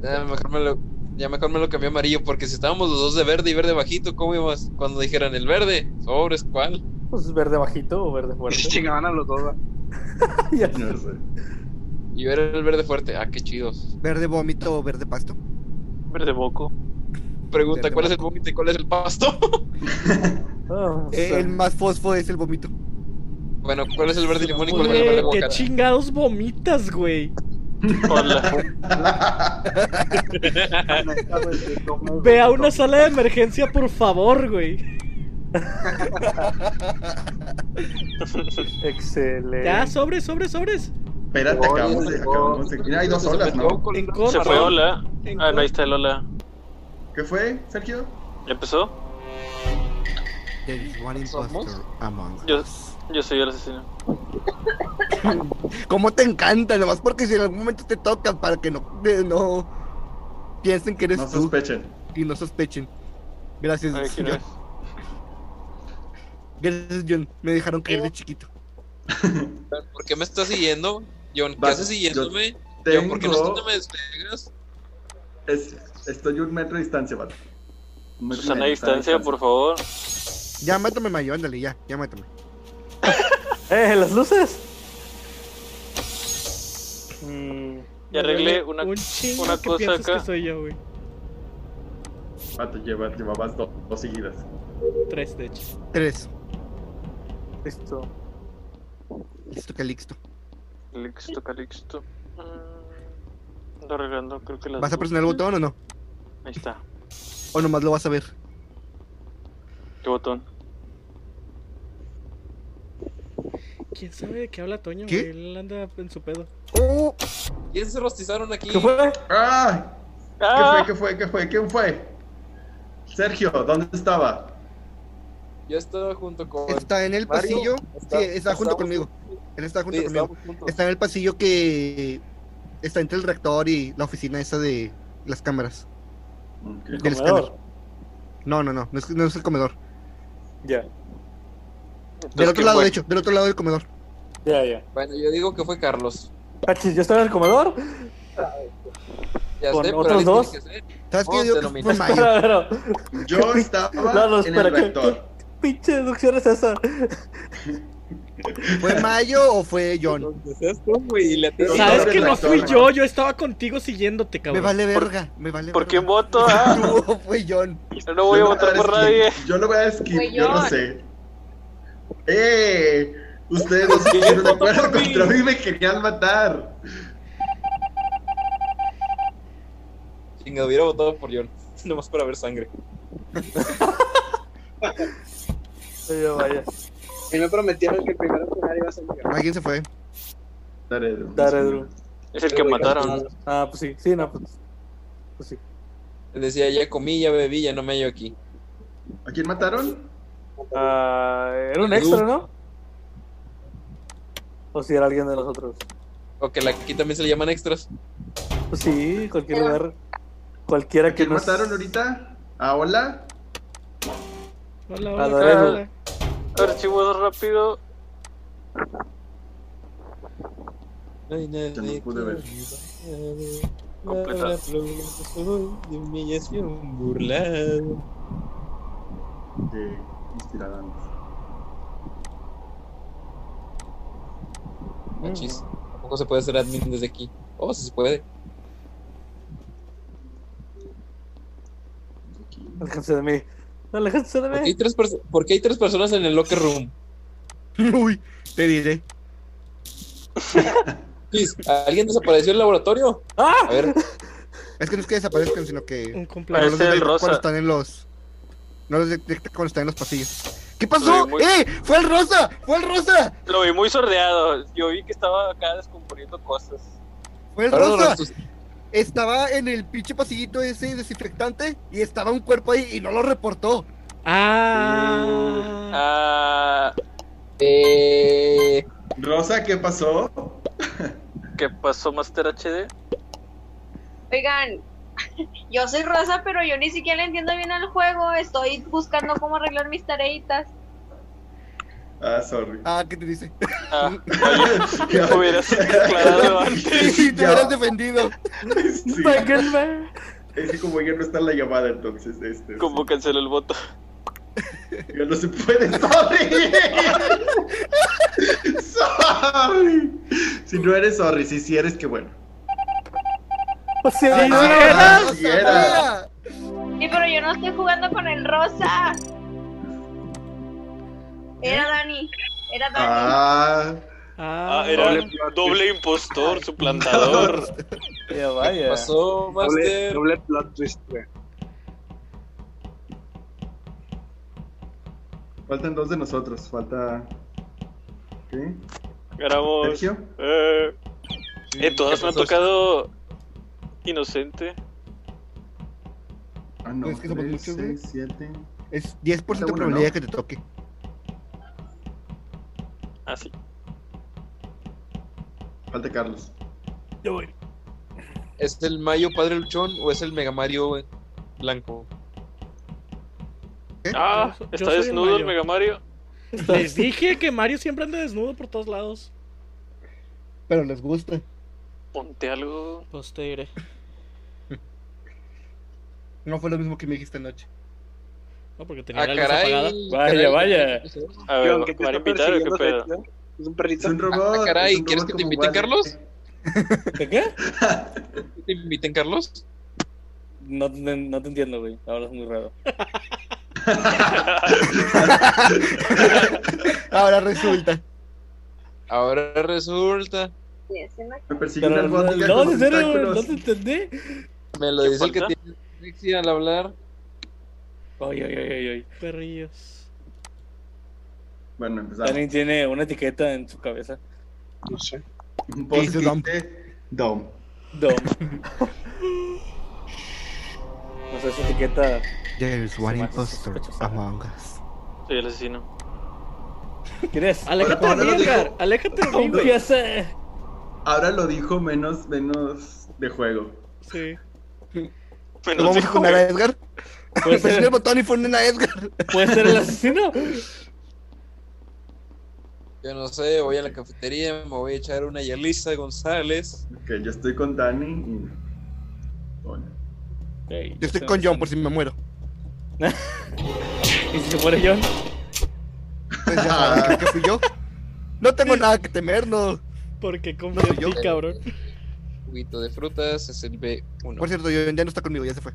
F: Ya mejor, me lo, ya mejor me lo cambié a amarillo, porque si estábamos los dos de verde y verde bajito, ¿cómo ibas? Cuando dijeran el verde, sobres, ¿cuál?
G: Pues verde bajito o verde fuerte.
H: Chingaban a los dos, güey.
G: Ya.
D: no sé.
F: Y yo era el verde fuerte. Ah, qué chidos.
B: Verde vómito o verde pasto.
A: Verde Boco.
F: Pregunta,
B: Verde
F: ¿cuál es el
B: bajo.
F: vómito y cuál es el pasto?
G: Ah, o
B: Eh,
G: sea,
B: El más fosfo es el vómito.
F: Bueno, ¿cuál es el verde limón y cuál es el verde
C: Güey, qué
F: boca?
C: chingados vomitas, güey.
A: Hola.
H: Neta, güey, que como-
C: Ve a una sala de emergencia, por favor, güey.
G: Excelente.
C: Ya, sobres, sobres, sobres.
D: Espérate, acabamos de. Acabamos de... Mira, hay dos olas, ¿no?
C: En corto.
A: Se fue Hola.
C: En
A: Ah, no,
C: cor-
A: ahí está el Hola.
D: ¿Qué fue, Sergio?
A: ¿Ya empezó?
B: There is one
F: ¿Somos?
B: impostor among us.
A: Yo, yo soy el asesino.
B: ¿Cómo te encanta? Nomás porque si en algún momento te tocan para que no, eh, no piensen que eres
D: No
B: tú
D: sospechen.
B: y no sospechen. Gracias,
A: A ver quién
B: John.
A: es.
B: Gracias, John. Me dejaron caer de chiquito.
F: ¿Por qué me estás siguiendo? John, ¿qué
D: Vas,
F: haces siguiéndome? John,
D: Tengo...
F: ¿por qué no no me despegas?
D: es- Estoy a un metro de distancia, vato. Un metro y
A: Susana,
D: medio,
A: distancia, por favor.
B: Ya, mátame, Mayo. Ándale, ya. Ya, mátame.
G: Eh, las luces. Mm,
A: Ya arreglé una-
C: Un chingo
A: una
C: que
A: cosa
C: piensas
A: acá.
C: que soy yo, güey.
D: Vato, lleva- llevabas do- dos seguidas.
C: Tres, de hecho.
B: Tres.
G: listo.
B: Listo, Calixto.
A: Calixto, Calixto. Mm, Ando arreglando, creo que las
B: ¿Vas a
A: luces.
B: presionar el botón o no?
A: Ahí está.
B: ¿O nomás lo vas a ver?
A: ¿Qué botón?
C: ¿Quién sabe de qué habla Toño,
B: ¿Qué?
C: güey? Él anda en su pedo.
B: ¡Oh!
F: ¿Quién se rostizaron aquí?
G: ¿Qué fue?
D: ¡Ah!
A: ¡Ah!
D: ¿Qué fue? ¿Qué fue? ¿Qué fue? ¿Quién fue? Sergio, ¿dónde estaba?
F: Yo estaba junto con.
G: Este,
B: Está en el
F: Mario,
B: pasillo.
F: está-
B: sí, está junto
F: estamos
B: conmigo. Él está junto
G: este,
F: Sí,
B: conmigo.
F: estábamos juntos.
B: Está en el pasillo que está entre el reactor y la oficina esa de las cámaras.
D: Ok.
B: Del
G: Comedor.
B: escáner. No, no, no. No es, no es el comedor.
G: Ya,
B: Del
F: Entonces,
B: otro
F: ¿qué
B: lado,
F: fue?
B: de hecho. Del otro lado del comedor.
G: ya, ya.
F: Bueno, yo digo que fue Carlos.
G: Ah, chis, yo estaba en el comedor.
F: Ya
G: ¿Con
F: sé, pero
G: otros
F: alguien
G: dos?
F: tiene que hacer.
B: ¿Sabes qué? Yo
F: Oh,
B: digo
F: te
B: que
F: lo
B: fue
F: miraste.
B: Mayo.
G: Espera, pero,
D: Yo estaba
G: No, no,
D: en
G: espera,
D: el
G: ¿qué-
D: reactor.
G: pinche deducción es esa.
B: ¿Fue Mayo o fue John?
F: Entonces, seas tú, güey, y le atiendes.
D: Pero
C: Sabes
D: no
C: que no
D: eres la
C: fui
D: sola.
C: yo, yo estaba contigo siguiéndote,
B: Me
C: cabrón.
B: vale verga. Me vale
A: ¿Por quién
B: verga.
A: voto? Ah,
B: Tú o fue John.
A: Yo no voy a
D: Yo no
A: votar por
D: voy a
A: nadie.
D: skip, Yo no voy a skip,
I: Fue
D: yo no
I: yo.
D: sé. ¡Eh! Ustedes no se pusieron de
F: votó por
D: acuerdo
F: mí?
D: contra mí, me querían matar.
F: Chinga, hubiera votado por John. Nomás para ver sangre.
G: Oye, vaya.
H: Y me prometieron que el primer escenario iba a ser yo.
B: Alguien se fue.
D: Daredevil.
G: Daredevil.
A: Es el que mataron.
G: Ah, pues sí, sí, no, pues. Pues sí.
F: Decía, ya comí, ya bebí, ya no me hallo aquí.
D: ¿A quién mataron?
G: Ah, era un extra, ¿no? O si era alguien de nosotros.
F: O que la- aquí también se le llaman extras.
G: Pues sí, cualquier lugar. Cualquiera
D: ¿A
G: que
D: quién
G: nos.
D: mataron ahorita? ¿A Hola?
C: Hola,
G: Ah,
C: hola,
G: dale,
C: hola, hola.
G: dale.
A: Archivos rápido.
F: Ay, nadie
D: Ya no pude ver.
F: quiere
A: Completado.
C: Ah,
F: la flor de humillación burlado.
D: De inspirada.
G: Mm.
F: Machis. Tampoco se puede ser admin desde aquí. Oh, sí se puede.
G: Aléjense de mí. Aléjense de
F: ¿Por qué, hay
G: mí.
F: tres perso- por qué hay tres personas en el locker room?
B: Uy, te diré.
F: Chis, ¿Alguien desapareció del laboratorio?
G: ¡Ah!
F: A ver,
B: Es que no es que desaparezcan, sino que
C: Un
B: no
C: cumpleaños.
B: los
A: Parece el
B: detecta
A: rosa.
B: cuando están en los. No los detecta cuando están en los pasillos. ¿Qué pasó?
A: Soy muy-
B: ¡Eh! ¡Fue el rosa! ¡Fue el rosa!
A: Lo vi muy sordeado. Yo vi que estaba acá descomponiendo cosas.
B: ¡Fue el
F: perdón,
B: rosa!
F: Rastus.
B: Estaba en el pinche pasillito ese desinfectante y estaba un cuerpo ahí y no lo reportó.
C: Ah,
A: Ah,
F: Eh,
D: Rosa, ¿qué pasó?
A: ¿qué pasó, Master HD?
J: Oigan, yo soy Rosa, pero yo ni siquiera le entiendo bien al juego. Estoy buscando cómo arreglar mis tareitas.
D: Ah, sorry.
B: Ah, ¿qué te dice?
A: Ah, hubieras aclarado antes.
B: Y te
D: Ya.
B: hubieras defendido.
D: Sí.
G: ¡Sáquenme!
D: Es que como ya no está en la llamada, entonces, este.
A: Como canceló el voto.
D: Ya no se puede, sorry. sorry. Si no eres sorry, si sí eres, que bueno.
G: O si
B: Ah,
G: no
B: ah,
G: era.
B: rosa,
D: Sí era.
B: mira.
J: Sí, pero yo no estoy jugando con el Rosa.
B: ¿Eh?
J: Era Dani. Era Dani.
D: Ah,
C: ah,
A: Ah, era
D: Doble-
A: doble impostor, suplantador.
G: Ya vaya.
F: Pues, pasó,
H: Doble,
F: Master.
H: doble plot twist, güey.
D: faltan dos de nosotros. Falta. ¿Qué?
A: Éramos.
D: Sergio.
A: Eh, en todas
F: ¿qué
A: me ha
F: pasó?
A: tocado inocente.
D: Ah, no.
B: Es que somos
D: tres,
B: muchos, güey.
D: seis, siete.
B: Es 10%
D: Está bueno,
B: probabilidad
D: ¿no?
B: que te toque.
A: Así.
D: Falta Carlos.
G: Yo voy.
F: ¿Es el Mayo Padre Luchón o es el Mega Mario eh, Blanco?
A: Ah,
C: Yo- yo
A: está
C: soy el
A: desnudo el
C: Mario.
A: Mega Mario.
C: les dije que Mario siempre anda desnudo por todos lados.
B: Pero les gusta.
A: Ponte algo.
C: Pues te diré.
B: No fue lo mismo que me dijiste anoche.
C: No, porque tenía
F: Ah,
C: la luz apagada.
F: caray.
G: Vaya,
F: caray.
G: vaya.
A: A ver,
H: ¿qué
A: ¿me van a invitar o qué pedo?
H: Es un
D: Es
H: perrito.
D: un robot.
F: Ah, caray,
D: es un
F: ¿quieres
D: robot como
F: que te invite,
D: Wally.
F: Carlos?
G: ¿De qué?
F: ¿Te inviten, Carlos?
G: No, te- no te entiendo, güey. Ahora es muy raro.
B: Ahora resulta.
F: Ahora resulta.
J: Sí, ese me-
D: Me persigue
G: Pero
D: una
G: no,
D: albóndiga
G: no,
D: con
G: en serio, güey,
D: tentáculos.
G: no te entendí.
F: Me lo
A: ¿Qué
F: dice el que
A: falta?
F: tiene sexy al hablar.
G: Oye, oye, oye, oye.
C: Perrillos.
D: Bueno, empezamos.
G: Dani tiene una etiqueta en su cabeza.
H: No sé.
D: Un post
B: Dice Dom.
D: que dice Dom.
G: Dom. No sé, esa etiqueta.
B: There's
G: one impostor among
B: us.
A: Soy el asesino.
G: ¿Quién es?
C: Aléjate de
D: Ahora
C: mí,
D: lo digo.
C: Edgar. Aléjate de mí, güey.
G: Confiese.
D: Ahora lo dijo menos, menos de juego.
C: Sí.
A: Menos
B: Vamos a
A: dijo,
B: jugar a Edgar.
G: Puede
B: Presioné el
G: ser,
B: botón y ponen a Edgar.
G: puede ser el asesino.
F: Yo no sé, voy a la cafetería, me voy a echar una Yalisa González.
D: Ok, yo estoy con Dani y. Hola.
G: Ey,
B: Yo estoy con John por si me muero.
G: ¿Y si se muere John?
B: Pues ya saben, creo que fui yo. No tengo nada que temer, no.
C: Porque confío en
B: yo.
C: ti, cabrón.
F: Eh, Juguito de frutas, es el
B: Por
F: B1.
B: cierto, John ya no está conmigo, ya se fue.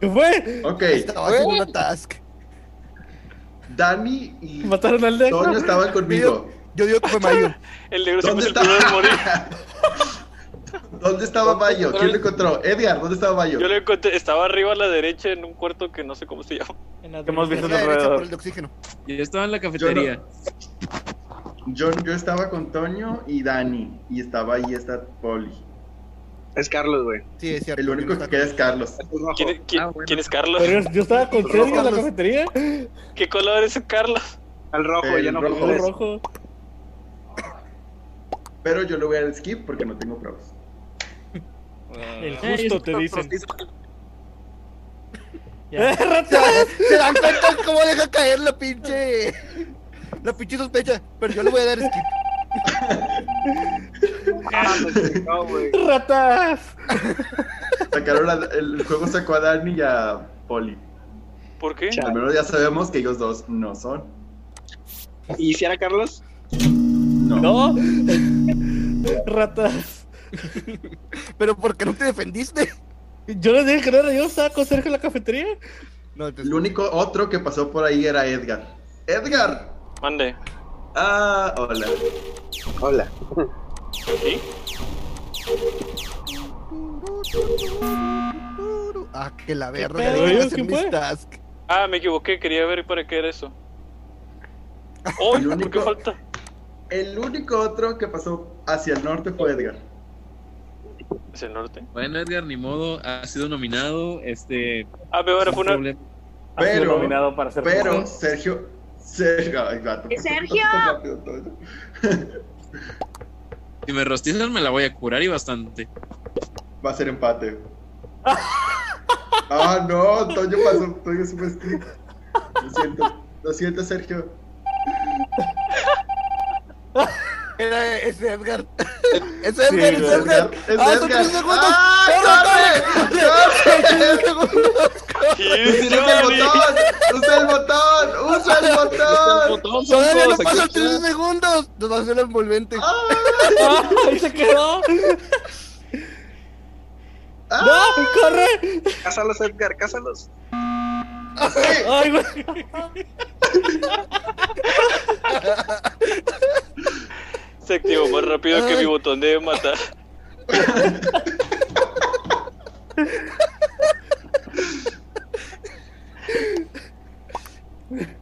G: ¿Qué fue?
D: Ok,
B: Estaba haciendo una task.
D: Dani y
G: ¿Mataron al negro?
D: Toño estaban conmigo.
B: Yo digo que fue Mario.
A: El negro siempre es
D: ¿Dónde
A: el primero en morir.
D: estaba? ¿Dónde estaba Mayo? ¿Quién lo encontró? Edgar, ¿dónde estaba Mayo?
A: Yo le encontré, estaba arriba a la derecha en un cuarto que no sé cómo se llama.
C: En
G: Hemos visto
B: Es
C: adversidad.
B: la derecha
G: alrededor.
B: por el de oxígeno.
K: Yo estaba en la cafetería.
D: Yo, yo estaba con Toño y Dani. Y estaba ahí esta Poli.
H: Es Carlos, güey.
B: Sí, es cierto.
D: El único que queda es Carlos.
A: ¿Quién,
I: Ah,
A: es- quién- quién es Carlos?
G: Pero yo estaba con Sergio en la
B: Rojo.
G: cafetería.
A: ¿Qué color es Carlos?
H: Al rojo,
D: El
H: ya no
D: rojo,
G: Todo
H: puedes.
G: rojo.
D: Pero yo lo voy al skip porque no tengo pruebas.
C: El justo te dicen.
G: Eh,
B: ¿Se,
G: rata.
B: se dan cuenta cómo deja caer la pinche. La pinche sospecha. Pero yo le voy a dar skip.
H: Ah, me chingó, güey.
G: Ratas.
D: Sacaron a- el juego sacó a Dani y a Poli.
A: ¿Por qué?
D: Al menos ya sabemos que ellos dos no son.
H: ¿Y si era Carlos?
D: No.
G: No. Ratas.
B: Pero ¿por qué no te defendiste?
G: Yo les dije que no era yo, estaba con Sergio en la cafetería.
B: No, entonces.
D: El único otro que pasó por ahí era Edgar. ¡Edgar!
A: Mande.
D: Ah, hola.
H: Hola.
A: ¿Sí?
B: Ah, que la verga.
G: pedo,
B: déjame
G: Dios?
B: hacer
G: ¿Quién
B: mis
G: fue?
B: tasks.
A: Ah, me equivoqué, quería ver para qué era eso. ¡Oh!
D: El
A: ¿Por qué
D: único-
A: falta?
D: El único otro que pasó hacia el norte fue Edgar.
A: ¿Es el norte?
F: Bueno, Edgar, ni modo, ha sido nominado. Este.
A: Ah, pero ahora
F: sin
A: fue una...
F: problema.
G: Ha sido
D: Pero-
G: nominado para ser
D: Pero
G: juez.
D: Sergio. Sergio. ay, gato, ¿por qué
J: Sergio?
D: tan rápido todo?
F: Si me rostizan, me la voy a curar y bastante.
D: Va a ser empate. ah, no, Toño pasó. Toño es un vestido. Lo siento. Lo siento, Sergio.
B: Era ese Edgar. Es Edgar,
G: güey.
B: es Edgar.
D: Es
B: Ah, son
D: Edgar.
B: tres segundos.
D: ¡Ah,
B: ¡Corre, corre! ¡Tres segundos!
D: ¡Usa el botón! ¡Usa el botón! ¡Usa el botón!
B: Todavía no pasan tres segundos. Nos va a hacer el envolvente.
G: ¡Ah! ¡Ahí se quedó! ¡No! ¡Corre!
H: Cásalos, Edgar, cásalos.
G: ¡Ay, güey!
A: Se activó más rápido que mi botón de matar.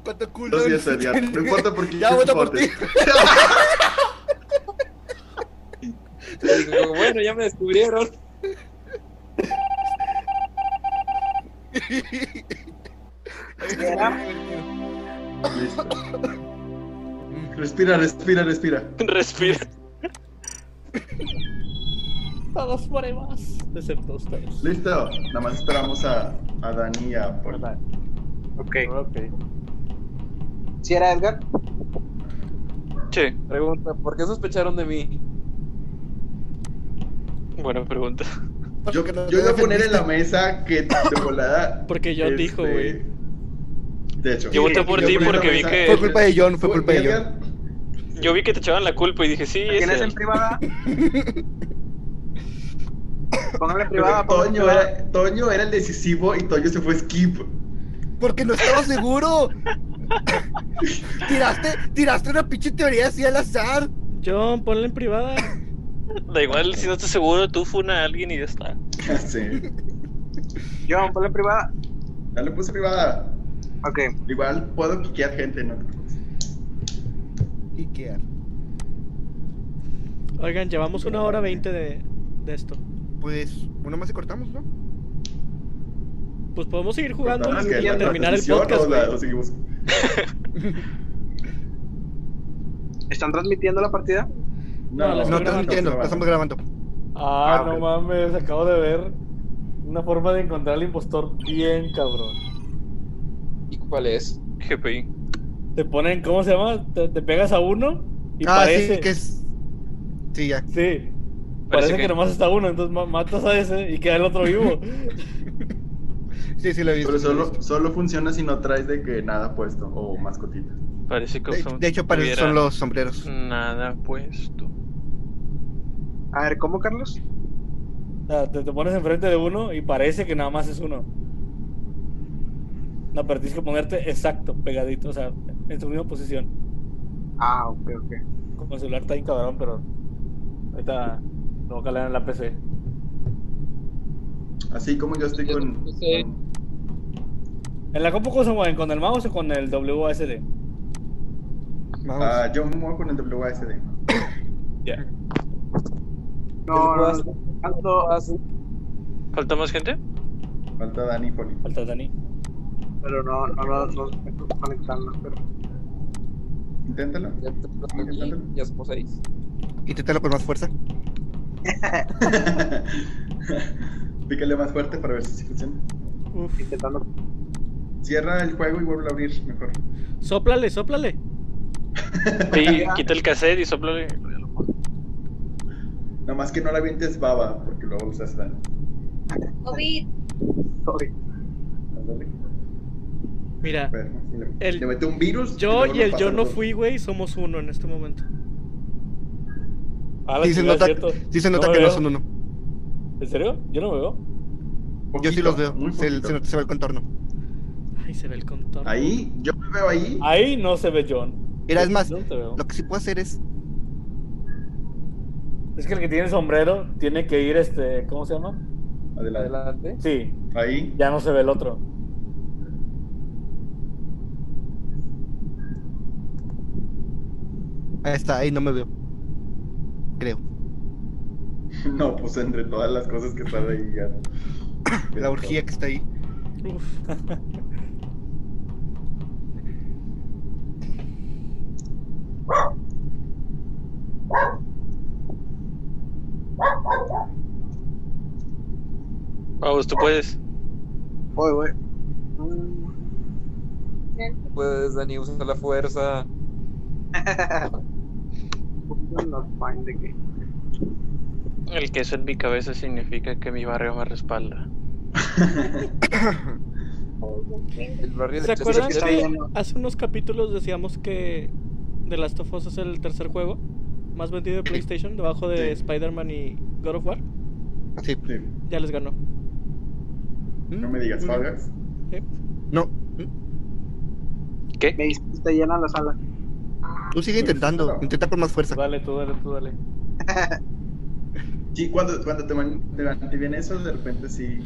B: Cuánto culo.
D: Lo siento, Edgar. No importa porque
B: Ya voto por ti.
I: Digo, bueno, ya me descubrieron.
D: Listo. Respira, respira, respira.
A: Respira.
C: Todos pruebas. Excepto ustedes.
D: Listo. Nada más esperamos a, a Dani y a Poli.
H: Ok.
G: Ok.
H: ¿Si era Edgar?
A: Che,
I: Pregunta, ¿por qué sospecharon de mí?
A: buena pregunta.
D: Yo,
B: Porque no
D: yo
B: te
D: iba a poner en
B: defendiste.
D: la mesa que de volada.
C: Porque yo dijo, güey.
D: De hecho,
A: Yo voté por
D: yo
A: ti
D: puse en la
A: porque vi
D: mesa-
A: que-
B: Fue culpa de John, fue culpa de John.
D: Edgar,
A: Yo vi que te echaban la culpa y dije, sí, es
H: ¿Tienes en
A: él.
H: privada? Póngale
D: Pero
H: en privada. póngale
D: Toño,
H: en privada.
D: era, Toño era el decisivo y Toño se fue skip.
B: Porque no estaba seguro. tiraste, tiraste una pinche teoría así al azar.
C: John, ponle en privada.
A: Da igual, si no estás seguro, tú funa a alguien y ya está.
D: sí.
H: John, ponle en privada.
D: Ya lo puse privada.
H: Ok.
D: Igual puedo quiquear gente, ¿no? te preocupes.
B: Y qué
C: Oigan, llevamos una hora veinte de, de esto.
B: Pues, uno más y cortamos, ¿no?
C: Pues podemos seguir jugando
D: Cortamos
C: y
D: Ah, que la
C: terminar el
D: transmisión
C: podcast.
D: o la-
C: güey.
D: o seguimos.
H: ¿Están transmitiendo la partida?
C: No, la
B: No,
C: Estamos
B: estás
C: grabando,
B: mintiendo, la estamos grabando.
G: Ah, no
H: ok.
G: mames, acabo de ver una forma de encontrar al impostor bien cabrón.
I: ¿Y cuál es?
A: GPI.
G: Te ponen, ¿cómo se llama? Te, te pegas a uno y
B: Ah,
G: parece.
B: sí, que es. Sí, ya.
G: Sí. Parece,
A: Parece
G: que...
A: que-
G: nomás está uno, entonces ma- matas a ese y queda el otro vivo.
B: Sí, sí, lo he visto.
D: Pero
B: sí lo he
D: solo,
B: visto.
D: solo funciona si no traes de que nada puesto o mascotita.
A: Parece que
B: De,
A: son-
B: de hecho, para eso
A: tuviera
B: son los sombreros.
A: Nada puesto.
H: A ver, ¿cómo, Carlos?
G: O sea, te, te pones enfrente de uno y parece que nada más es uno. No, pero tienes que ponerte exacto, pegadito, o sea, en tu misma posición.
H: Ah, ok, ok.
G: Con el celular está bien cabrón, pero. Ahorita lo voy a calar en la PC.
D: Así como yo estoy
I: Yo
D: con.
I: no sé.
D: con-
G: ¿En la compu cómo se mueven? ¿Con el mouse o con el WASD?
B: Vamos.
D: Ah, yo me muevo con el WASD.
G: Ya.
H: No, no,
I: Vas-
H: no.
I: vas-
A: ¿Falta más gente?
D: Falta Dani Poli.
G: Falta Dani.
H: Pero no, no, no, no, no conectarlo. Pero...
D: Inténtalo.
I: ya te pasan aquí, Ya somos seis.
B: Inténtalo con más fuerza.
D: Pícale más fuerte para ver si funciona.
C: Uf.
H: Intentando.
D: Cierra el juego y vuelve a abrir mejor.
C: Sóplale, sóplale.
A: Sí, quita el cassette y sopla.
D: Nada más que no la avientes baba, porque luego los hace daño.
J: COVID.
H: Sorry.
D: Ándale.
C: Mira,
D: Bueno, sí, le,
C: El-
D: le mete un virus.
C: yo
D: luego
C: y
D: nos
C: el
D: pasa
C: yo
D: a
C: no
D: nosotros.
C: fui, güey, somos uno en este momento.
G: Ah, la
B: Sí se
G: chingada,
B: nota,
G: es cierto.
B: sí se nota
G: me
B: que no
G: veo.
B: son uno.
G: ¿En serio? Yo no me veo.
B: Yo sí
D: Poquito,
B: los veo.
D: muy
B: Se,
D: poquito.
B: se nota- se ve el contorno.
C: Ay, se ve el contorno.
D: Ahí, yo me veo ahí.
C: Ah,
G: Ahí no se ve John.
B: Mira, es más,
G: Yo no te veo.
B: lo que sí puedo hacer es.
G: Es que el que tiene sombrero tiene que ir, este, ¿cómo se llama?
D: Adelante.
I: Adelante.
G: Sí,
D: Ahí.
G: ya no se ve el otro.
B: Ahí está, ahí no me veo. Creo.
D: No, pues entre todas las cosas que están ahí ya.
B: La orgía que está ahí.
C: Uf.
A: Vamos, tú puedes.
H: Voy, voy.
I: Puedes, Dani, usar la fuerza.
H: No, find the game.
A: El queso en mi cabeza significa que mi barrio me respalda.
I: El barrio de
C: ¿Se acuerdan
I: Chester-
C: que
H: bueno.
C: hace unos capítulos decíamos que The Last of Us es el tercer juego más vendido de PlayStation, debajo de
D: Sí.
C: Spider-Man y God of War?
B: Sí.
D: Sí,
C: Ya les ganó.
D: no me digas, Fall Guys.
B: Mm. No.
A: ¿Qué?
H: Me hiciste llena la sala.
B: Tú sigue intentando.
D: No.
B: Intenta con más fuerza.
G: Dale, tú dale, tú dale.
D: Sí, cuando, cuando te, man- te- te viene eso, de repente sí.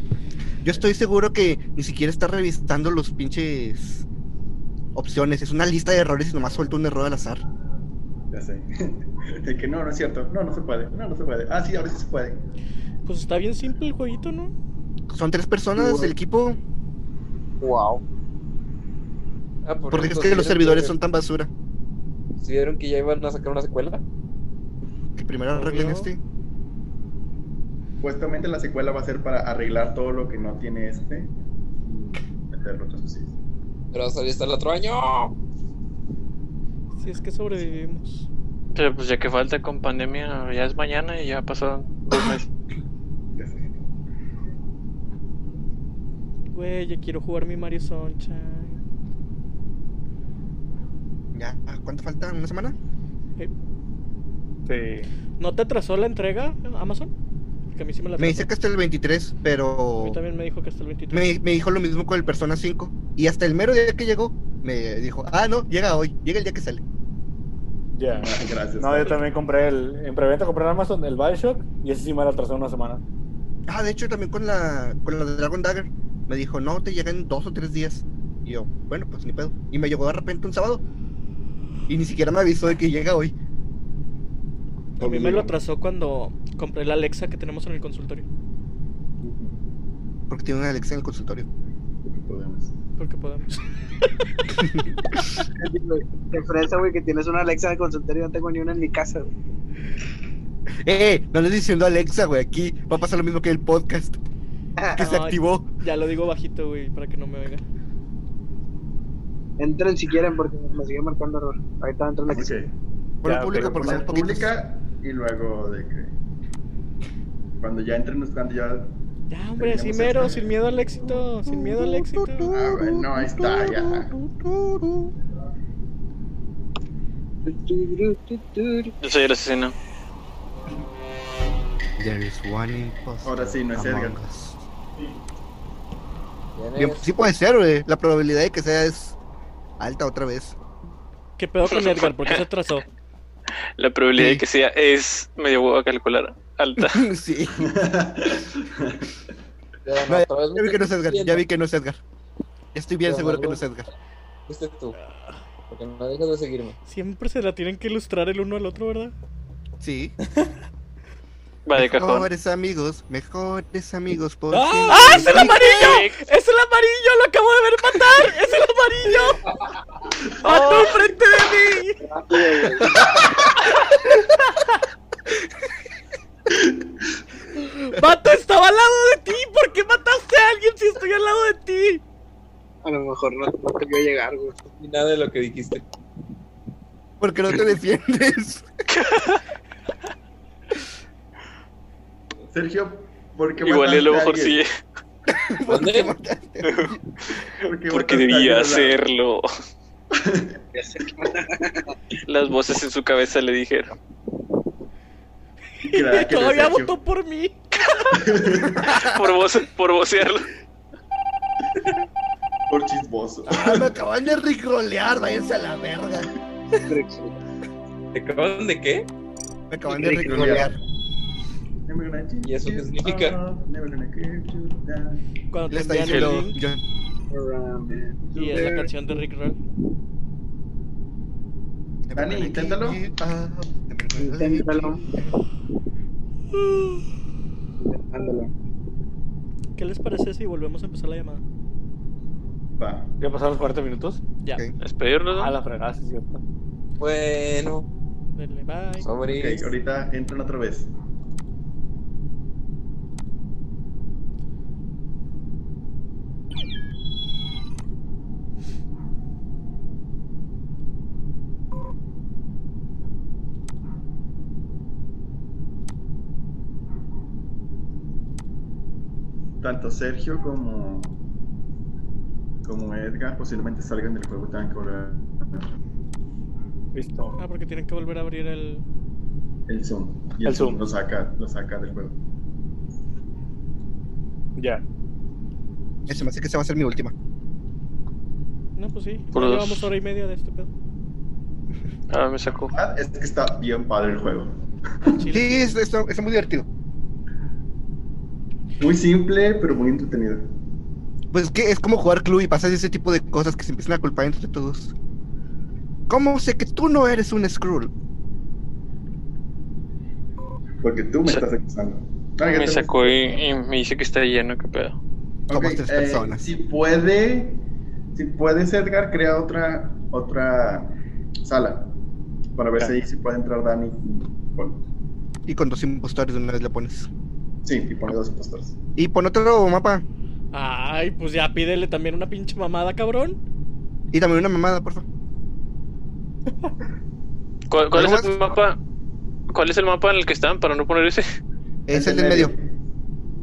B: Yo estoy seguro que ni siquiera está revisando los pinches opciones. Es una lista de errores y nomás suelta un error al azar.
D: Ya sé. De que no, no es cierto. No, no se puede. No, no se puede. Ah, sí, ahora sí se puede.
C: Pues está bien simple el jueguito, ¿no?
B: Son tres personas, el equipo.
H: Wow.
I: Ah, por
B: ¿Por qué
I: cierto,
B: es que los
I: ¿sí
B: servidores son
I: vieron
B: tan basura?
I: que- ¿sí vieron que ya iban a sacar una secuela?
B: Que primero arreglen
I: Obvio.
B: este.
D: Supuestamente la secuela va a ser para arreglar todo lo que no tiene este. Y meterlo otras cosillas.
I: Pero va a salir hasta el otro año.
C: Si es que sobrevivimos.
A: Pero pues ya que falta con pandemia, ya es mañana y ya pasaron dos meses.
D: Ya sé.
C: Güey, yo quiero jugar mi Mario Sunshine.
B: Ya, ¿cuánto falta? ¿Una semana?
G: Sí.
C: ¿No te atrasó la entrega Amazon? Porque a mí sí me la
B: Me
C: atrasó.
B: dice que hasta el 23,
C: A
B: pero
C: mí también me dijo que hasta el 23.
B: me, me dijo lo mismo con el Persona 5. Y hasta el mero día que llegó, me dijo, ah, no, llega hoy, llega el día que sale.
G: Ya.
D: Ah, Gracias.
G: No, yo también compré el. En preventa compré en Amazon el Bioshock y ese sí me lo atrasó una semana.
B: Ah, de hecho, también con la, con la de Dragon Dagger, me dijo, no, te llega en dos o tres días. Y yo, bueno, pues ni pedo. Y me llegó de repente un sábado. Y ni siquiera me avisó de que llega hoy.
C: A mí me lo atrasó cuando compré la Alexa que tenemos en el consultorio.
B: Porque tiene una Alexa en el consultorio.
D: Podemos.
C: Porque podemos.
H: Te fresa, güey, que tienes una Alexa de consultorio. Yo no tengo ni una en mi casa, güey.
B: ¡Eh! eh, No le estoy diciendo a Alexa, güey. Aquí va a pasar lo mismo que el podcast. Que se
C: Ay.
B: activó.
C: Ya lo digo bajito, güey, para que no me oiga.
H: Entren si quieren porque me sigue marcando error. Ahorita entran aquí.
D: Ok.
B: Bueno,
G: Ya,
B: público, porque
G: pero
D: Poner
B: somos poquitos.
D: pública y luego de que. Cuando ya entren, cuando ya.
C: Ya, hombre, así
D: Tenemos
C: mero,
D: esta-
C: sin miedo al éxito, sin miedo al éxito.
D: Ah, bueno, no, ahí está, ya.
A: Yo soy el asesino.
B: There is one impostor
D: Ahora sí, no es
B: among
D: Edgar.
B: us.
I: ¿Quién
B: Bien,
I: es?
B: sí puede ser, güey. La probabilidad de que sea es alta otra vez.
C: ¿Qué pedo con Edgar? ¿Por qué se atrasó?
A: La probabilidad
B: Sí.
A: de que sea es medio huevo a calcular. Alta.
B: sí.
I: Ya,
B: No,
I: no, otra vez
B: Ya vi que no es Edgar, ya vi que no es Edgar. Estoy bien
I: Ya,
B: seguro que no
I: ¿no?
B: es Edgar.
I: Fuiste tú. Porque no dejas de seguirme.
C: Siempre se la tienen que ilustrar el uno al otro, ¿verdad?
B: Sí.
A: Va de cajón.
B: Mejores amigos, mejores amigos. Porque...
C: ¡Ah! ¡Es el amarillo! ¡Es el amarillo! ¡Lo acabo de ver matar! ¡Es el amarillo! ¡Mató frente de mí! ¡Vato, estaba al lado de ti! ¿Por qué mataste a alguien si estoy al lado de ti?
H: A lo mejor no, no te vio llegar, güey.
I: Ni nada de lo que dijiste.
B: Porque no te defiendes.
D: Sergio, ¿por qué
A: Igual y a lo
D: mataste
A: mejor
D: alguien?
A: sí.
I: ¿Dónde?
D: ¿Por qué
A: Porque
D: mataste a alguien
A: debía
D: al lado?
A: hacerlo. Las voces en su cabeza le dijeron.
B: Ah,
D: Gracias,
C: Todavía
D: Sergio.
C: votó por mí.
A: Por, voce- por vocearlo.
D: Por chismoso.
B: Ah, me acaban de rigrolear, váyanse a la verga.
I: ¿Te acaban de qué?
B: Me acaban de rigrolear.
I: ¿Y eso qué significa?
D: Ah,
C: Cuando
B: Le
C: te
B: está
C: envían el
B: diciendo
C: link
B: yo.
C: y es la canción de Rick Roll.
D: Dani, inténtalo.
B: Ah,
H: Inténtalo. Ándalo.
C: ¿Qué les parece si volvemos a empezar la llamada?
D: Va.
G: ¿Ya pasaron los 40 minutos?
C: Ya,
B: Ok.
A: Despedirnos.
G: Ah,
A: ¿no?
G: la fregada, sí, es cierto.
I: Bueno,
C: denle bye.
D: Ok,
I: sobre
D: ahorita entran otra vez. Tanto Sergio como, como Edgar posiblemente salgan del juego y tengan que volver
G: Listo.
C: Ah, porque tienen que volver a abrir el.
D: el Zoom. Y el,
G: El Zoom.
D: Zoom lo saca, lo saca del juego.
G: Ya.
B: Se me hace que esa va a ser mi última.
C: No, pues sí.
A: Por
C: ya
A: dos.
C: llevamos hora y media de este pedo.
A: Ah, me sacó.
D: Ah, Es que está bien padre el juego.
C: Chile.
B: Sí, es, es- es muy divertido.
D: Muy simple, pero muy entretenido.
B: Pues que es como jugar club y pasas ese tipo de cosas que se empiezan a culpar entre todos. ¿Cómo sé que tú no eres un Skrull?
D: Porque tú me
A: Sí.
D: estás acusando. Ah, ya
A: Me
D: te-
A: sacó y, y me dice que está lleno, qué pedo.
B: Somos
D: Ok,
B: tres
D: eh,
B: personas.
D: Si puede, si puedes, Edgar, crea otra, otra sala. Para ver
G: Ok.
D: si, si puede entrar Dani. y Paul.
B: Y con dos impostores de una vez le pones.
D: Sí, y pone dos impostores.
B: Y pon otro mapa.
C: Ay, pues ya pídele también una pinche mamada, cabrón.
B: Y también una mamada, por favor.
A: ¿Cuál, cuál es el
B: Nomás-
A: mapa? ¿Cuál es el mapa en el que están para no poner ese?
B: Es el del medio.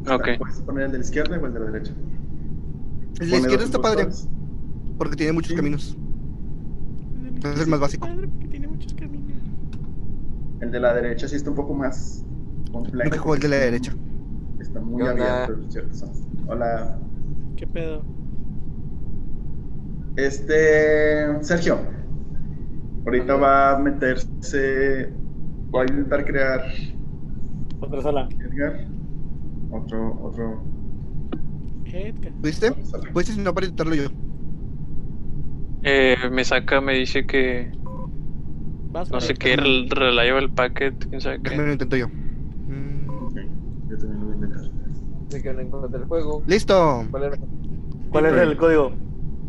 A: Ok.
D: Puedes poner el de la izquierda o el de la derecha.
B: El de
D: Pone
B: izquierda
D: dos
B: está padre
D: impostores.
B: porque tiene muchos
D: Sí.
B: caminos. Es el más básico.
C: Padre, porque tiene muchos caminos.
D: El de la derecha sí está un poco más complejo.
B: Nunca jugué el de la derecha.
D: Está muy
I: ¿Qué onda?
D: abierto en ciertas zonas. Hola.
C: ¿Qué pedo?
D: Este, Sergio, ahorita va a meterse, va a intentar crear
G: Otra sala.
D: Edgar, otro, otro.
C: Edgar.
B: ¿Viste?
D: Pues,
B: ¿Viste si no para editarlo yo?
A: Eh, me saca, me dice que
C: Vas,
A: no sé
C: Mario.
A: qué, rel- reliable packet, quién sabe
B: Déjame
A: qué.
B: lo intento yo.
D: Ok, yo también lo voy a intentar.
I: de que no encuentro el juego.
B: ¡Listo!
I: ¿Cuál era?
G: ¿Cuál es el código?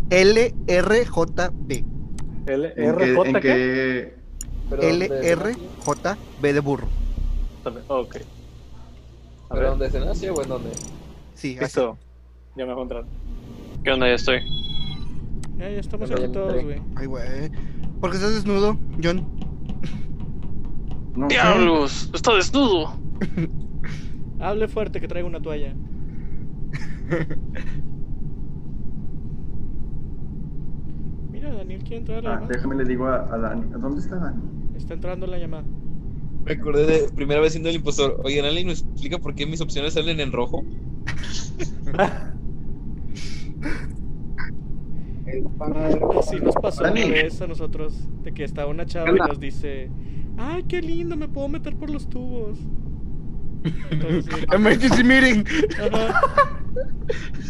B: LRJB.
D: ¿En qué-
G: ¿LRJ
D: en
G: qué?
D: qué?
I: Perdón, de Senacia.
B: LRJB de burro.
G: Ok. A
I: ¿Pero
G: ver,
I: dónde se nace o en dónde?
B: Sí, así.
G: listo. Ya me encontraron.
A: ¿Qué onda? Ya estoy.
C: Ya, ya estamos
I: Pero
C: aquí
I: ya
C: todos,
I: entré.
C: güey.
B: Ay, güey. ¿Por qué estás desnudo, John?
D: No sé.
A: ¡Diablos! ¡Está desnudo!
C: Hable fuerte que traigo una toalla. Mira, Daniel quiere entrar a la
D: Ah,
C: llamada.
D: déjame le digo a, a Dani. ¿A dónde está Dani?
C: Está entrando la llamada.
I: Me acordé de primera vez siendo el impostor. Oigan, ¿alguien me explica por qué mis opciones salen en rojo?
H: El panadero.
C: Así nos pasó una
D: Dani.
C: vez a nosotros de que estaba una chava y
H: Anda.
C: nos dice, ay, qué lindo, me puedo meter por los tubos. Entonces, de que,
B: Emergency meeting.
C: ajá.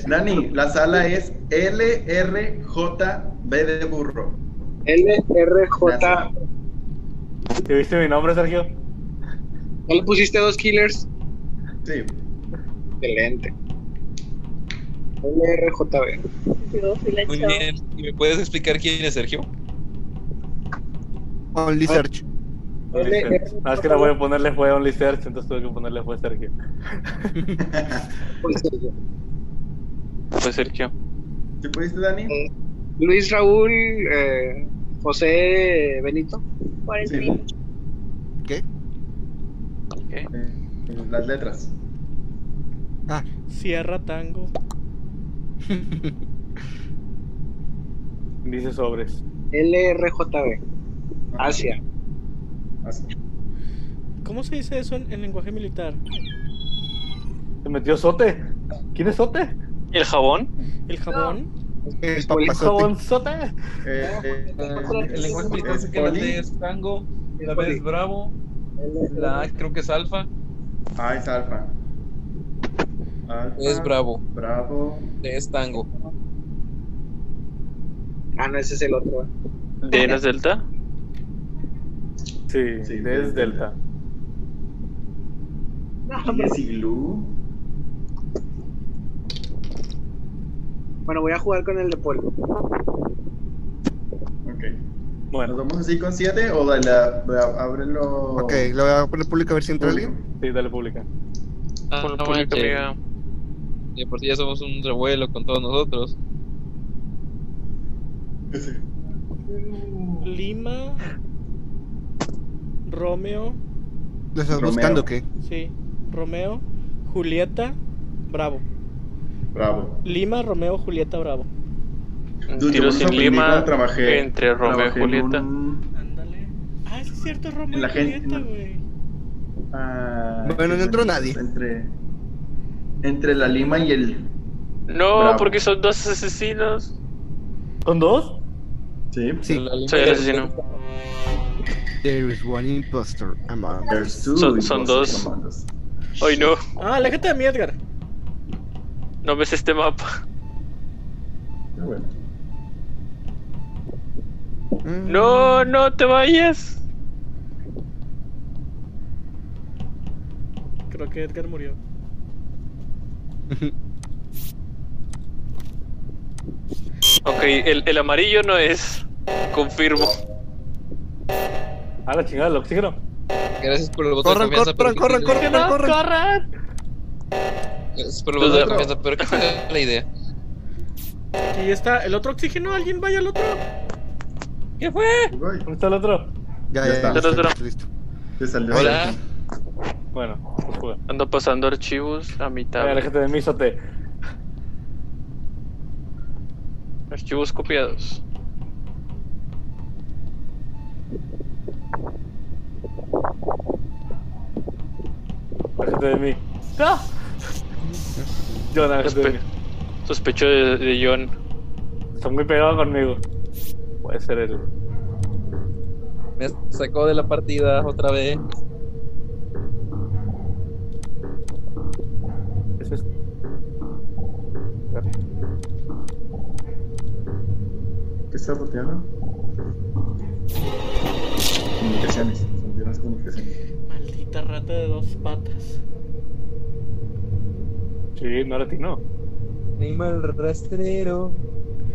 D: Dani, la sala es LRJB de burro.
H: LRJ.
G: ¿Te viste mi nombre, Sergio?
H: ¿No le pusiste dos killers?
D: Sí.
H: Excelente. LRJB.
J: Yo fui la
F: Muy
J: chava.
F: bien. ¿Y me puedes explicar quién es Sergio?
B: Only Search.
G: Only Search. No, es que la voy a ponerle fue Only Search, entonces tuve que ponerle fue Sergio.
H: Pues, eh,
A: Pues Sergio.
D: ¿Te pudiste, Dani?
H: Luis Raúl eh, José Benito.
J: Por el
D: Sí.
J: fin.
B: ¿Qué?
A: Ok.
D: Eh, Las letras.
B: Ah.
C: Sierra Tango.
G: Dice sobres.
H: LRJB. Asia.
D: Así.
C: ¿Cómo se dice eso en, en lenguaje militar?
G: Se metió Sote. ¿Quién es Sote?
A: ¿Y el jabón?
C: ¿El jabón?
B: El
G: ¿Jabón
B: papazote.
G: Sote?
D: Eh, eh,
F: El lenguaje militar
D: es
F: sé que la T
D: poli.
F: es tango, la B es bravo, la A creo que es alfa,
D: Ah, es alfa. Alfa,
F: es bravo,
D: Bravo.
F: D es tango.
H: Ah, no, ese es el otro.
A: ¿De las delta?
G: Sí,
D: Sí,
G: D es
D: es
G: Delta.
D: Y es iglú.
H: Bueno, voy a jugar con el de polvo.
D: Ok. ¿Nos
G: Bueno,
D: vamos así con 7 o de la, de a- ábrelo?
B: Ok, lo voy a poner público a ver si entra
D: público?
B: alguien.
G: sí, dale pública.
F: Ah,
A: Por
F: no
A: por la que
F: manches.
A: amiga.
F: De por sí ya somos un revuelo con todos nosotros.
C: Lima. Romeo.
B: ¿Lo estás
D: Romeo.
B: buscando o qué?
C: Sí. Romeo. Julieta. Bravo.
D: Bravo.
C: Lima, Romeo, Julieta, Bravo.
A: Un
D: Dude, yo
A: tiro
D: por esa
A: sin lima
D: película trabajé-
A: entre Romeo y
D: trabajé en
A: Julieta.
D: un-
C: Ándale. Ah, sí es cierto, es Romeo
D: En la
C: y
D: gente-
C: Julieta, güey.
D: ah,
B: Bueno, no entró nadie.
D: Entre, entre la lima y el...
A: No,
D: Bravo.
A: porque son dos asesinos.
G: ¿Son dos?
D: Sí.
B: Sí.
F: La lima
A: Soy
F: de
A: el
F: la-
A: asesino.
B: There is one imposter among us.
D: There's two
A: Son-
D: y
A: son
D: vos
A: dos.
D: comandos.
A: Ay, no.
C: Ah, aléjate de mí, Edgar.
A: No ves este mapa.
D: Ah, bueno.
B: Mm.
A: No, no te vayas.
C: Creo que Edgar murió.
A: Ok, el, el amarillo no es. Confirmo.
G: Ah, la chingada, el oxígeno.
F: Gracias por el voto
B: Corran,
F: de confianza.
B: corran,
F: pero-
B: corran, corran, corran, corran.
F: Gracias por el voto de
A: Duda.
F: confianza, pero ¿qué fue la idea?
C: Aquí está el otro oxígeno. ¿Alguien vaya al otro?
F: ¿Qué fue?
D: Ahí voy.
G: ¿Dónde está el otro?
B: Ya,
D: Ya
B: ya,
D: está.
B: ya, listo,
A: Otro.
B: listo, listo.
D: Te salió.
F: Hola.
G: Bueno, pues juega.
A: Ando pasando archivos a mitad.
G: Ay, aléjate de mí, Sote.
A: Archivos copiados.
G: Aléjate de mí. ¡No! John, aléjate de mí.
A: Sospecho de, de John.
G: Está muy pegado conmigo. Puede ser el.
F: Me sacó de la partida otra vez.
G: ¿Es este?
D: ¿Qué está boteando? Comunicaciones. Son de las comunicaciones.
C: Maldita rata de dos patas.
G: Sí, no ti no.
F: Animal rastrero,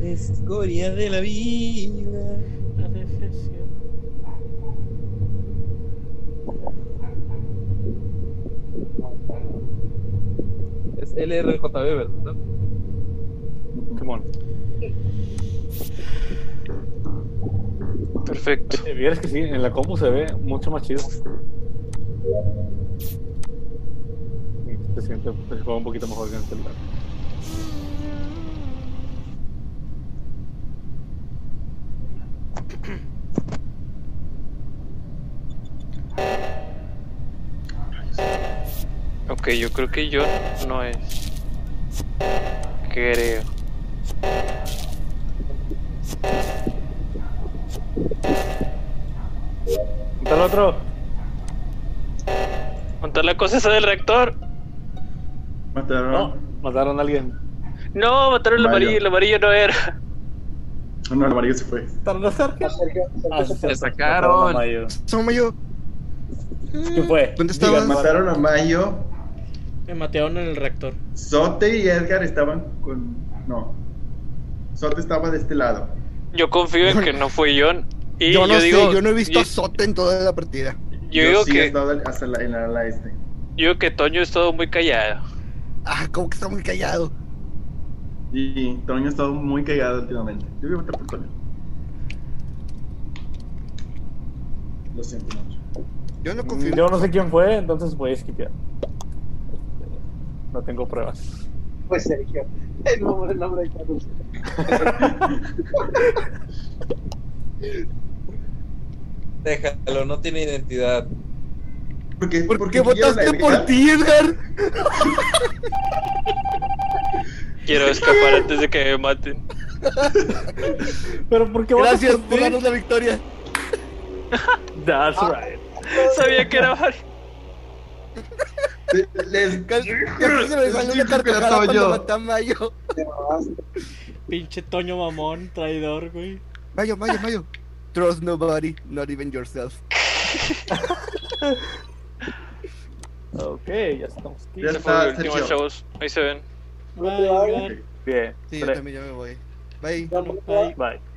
F: escoria de la vida.
C: ADFC.
F: Es LRJB, ¿verdad?
G: Come on.
A: Perfecto.
G: Oye, Eh, Vieras que sí, en la compu se ve mucho más chido. Y Se siente se juega un poquito mejor que en el celular.
A: Ok, yo creo que John no es. Creo.
G: ¿Dónde está el otro?
A: Contar la cosa esa del reactor.
D: Mataron.
G: No, mataron a alguien.
A: No, mataron el
D: Vaya.
A: amarillo. El amarillo no era.
D: No, la Mario se fue.
G: ¿Tardó cerca? Ah, sí,
F: Se
G: sí,
F: sacaron.
G: mataron a Mayo.
B: Somayo,
G: ¿Qué fue?
B: ¿dónde
D: Digan,
B: estabas?
D: mataron a Mayo.
C: Me matearon en el reactor.
D: Sote y Edgar estaban con. No. Sote estaba de este lado.
A: Yo confío en que no fue John. Y
B: yo
A: yo,
B: no sé,
A: digo,
B: yo no he visto
A: yo-
B: a Sote en toda la partida.
A: yo digo
D: sí he
A: que,
D: estado hasta la, en la, la este.
A: yo digo que Toño ha estado muy callado.
B: Ah, como que está muy callado.
D: Y Toño ha estado muy cagado últimamente. Yo voy a votar por Toño. Lo siento mucho.
B: Yo no confío.
G: Yo no sé quién fue, entonces voy a skipear. Este, No tengo pruebas.
H: Pues Sergio. El nombre, el nombre de Carlos.
I: Déjalo, no tiene identidad.
D: ¿Por qué,
B: ¿Por
D: por
B: qué
D: quisieron
B: votaste
D: la
B: por
D: Edgar?
B: ti, Edgar?
A: Quiero escapar antes de que me maten.
G: Pero ¿por qué votas
B: Gracias
G: por
B: por
G: ti?
B: darnos la victoria.
G: That's right.
A: Sabía que era Mario.
D: Les-
B: Casi se me salió una carcajada
D: Soy
B: cuando
D: yo.
B: maté a Mayo.
H: Te mamaste.
C: Pinche Toño mamón, traidor, güey.
B: Mayo, Mayo, Mayo. Trust nobody, not even yourself.
G: Ok, ya estamos aquí.
D: Ya
A: Ese fue el
D: está,
A: último,
D: Sergio.
A: chavos. Ahí se ven.
C: Bye, Edgar.
G: Bien.
B: Sí, yo
G: Tres.
B: también ya me voy. Bye.
G: Bye.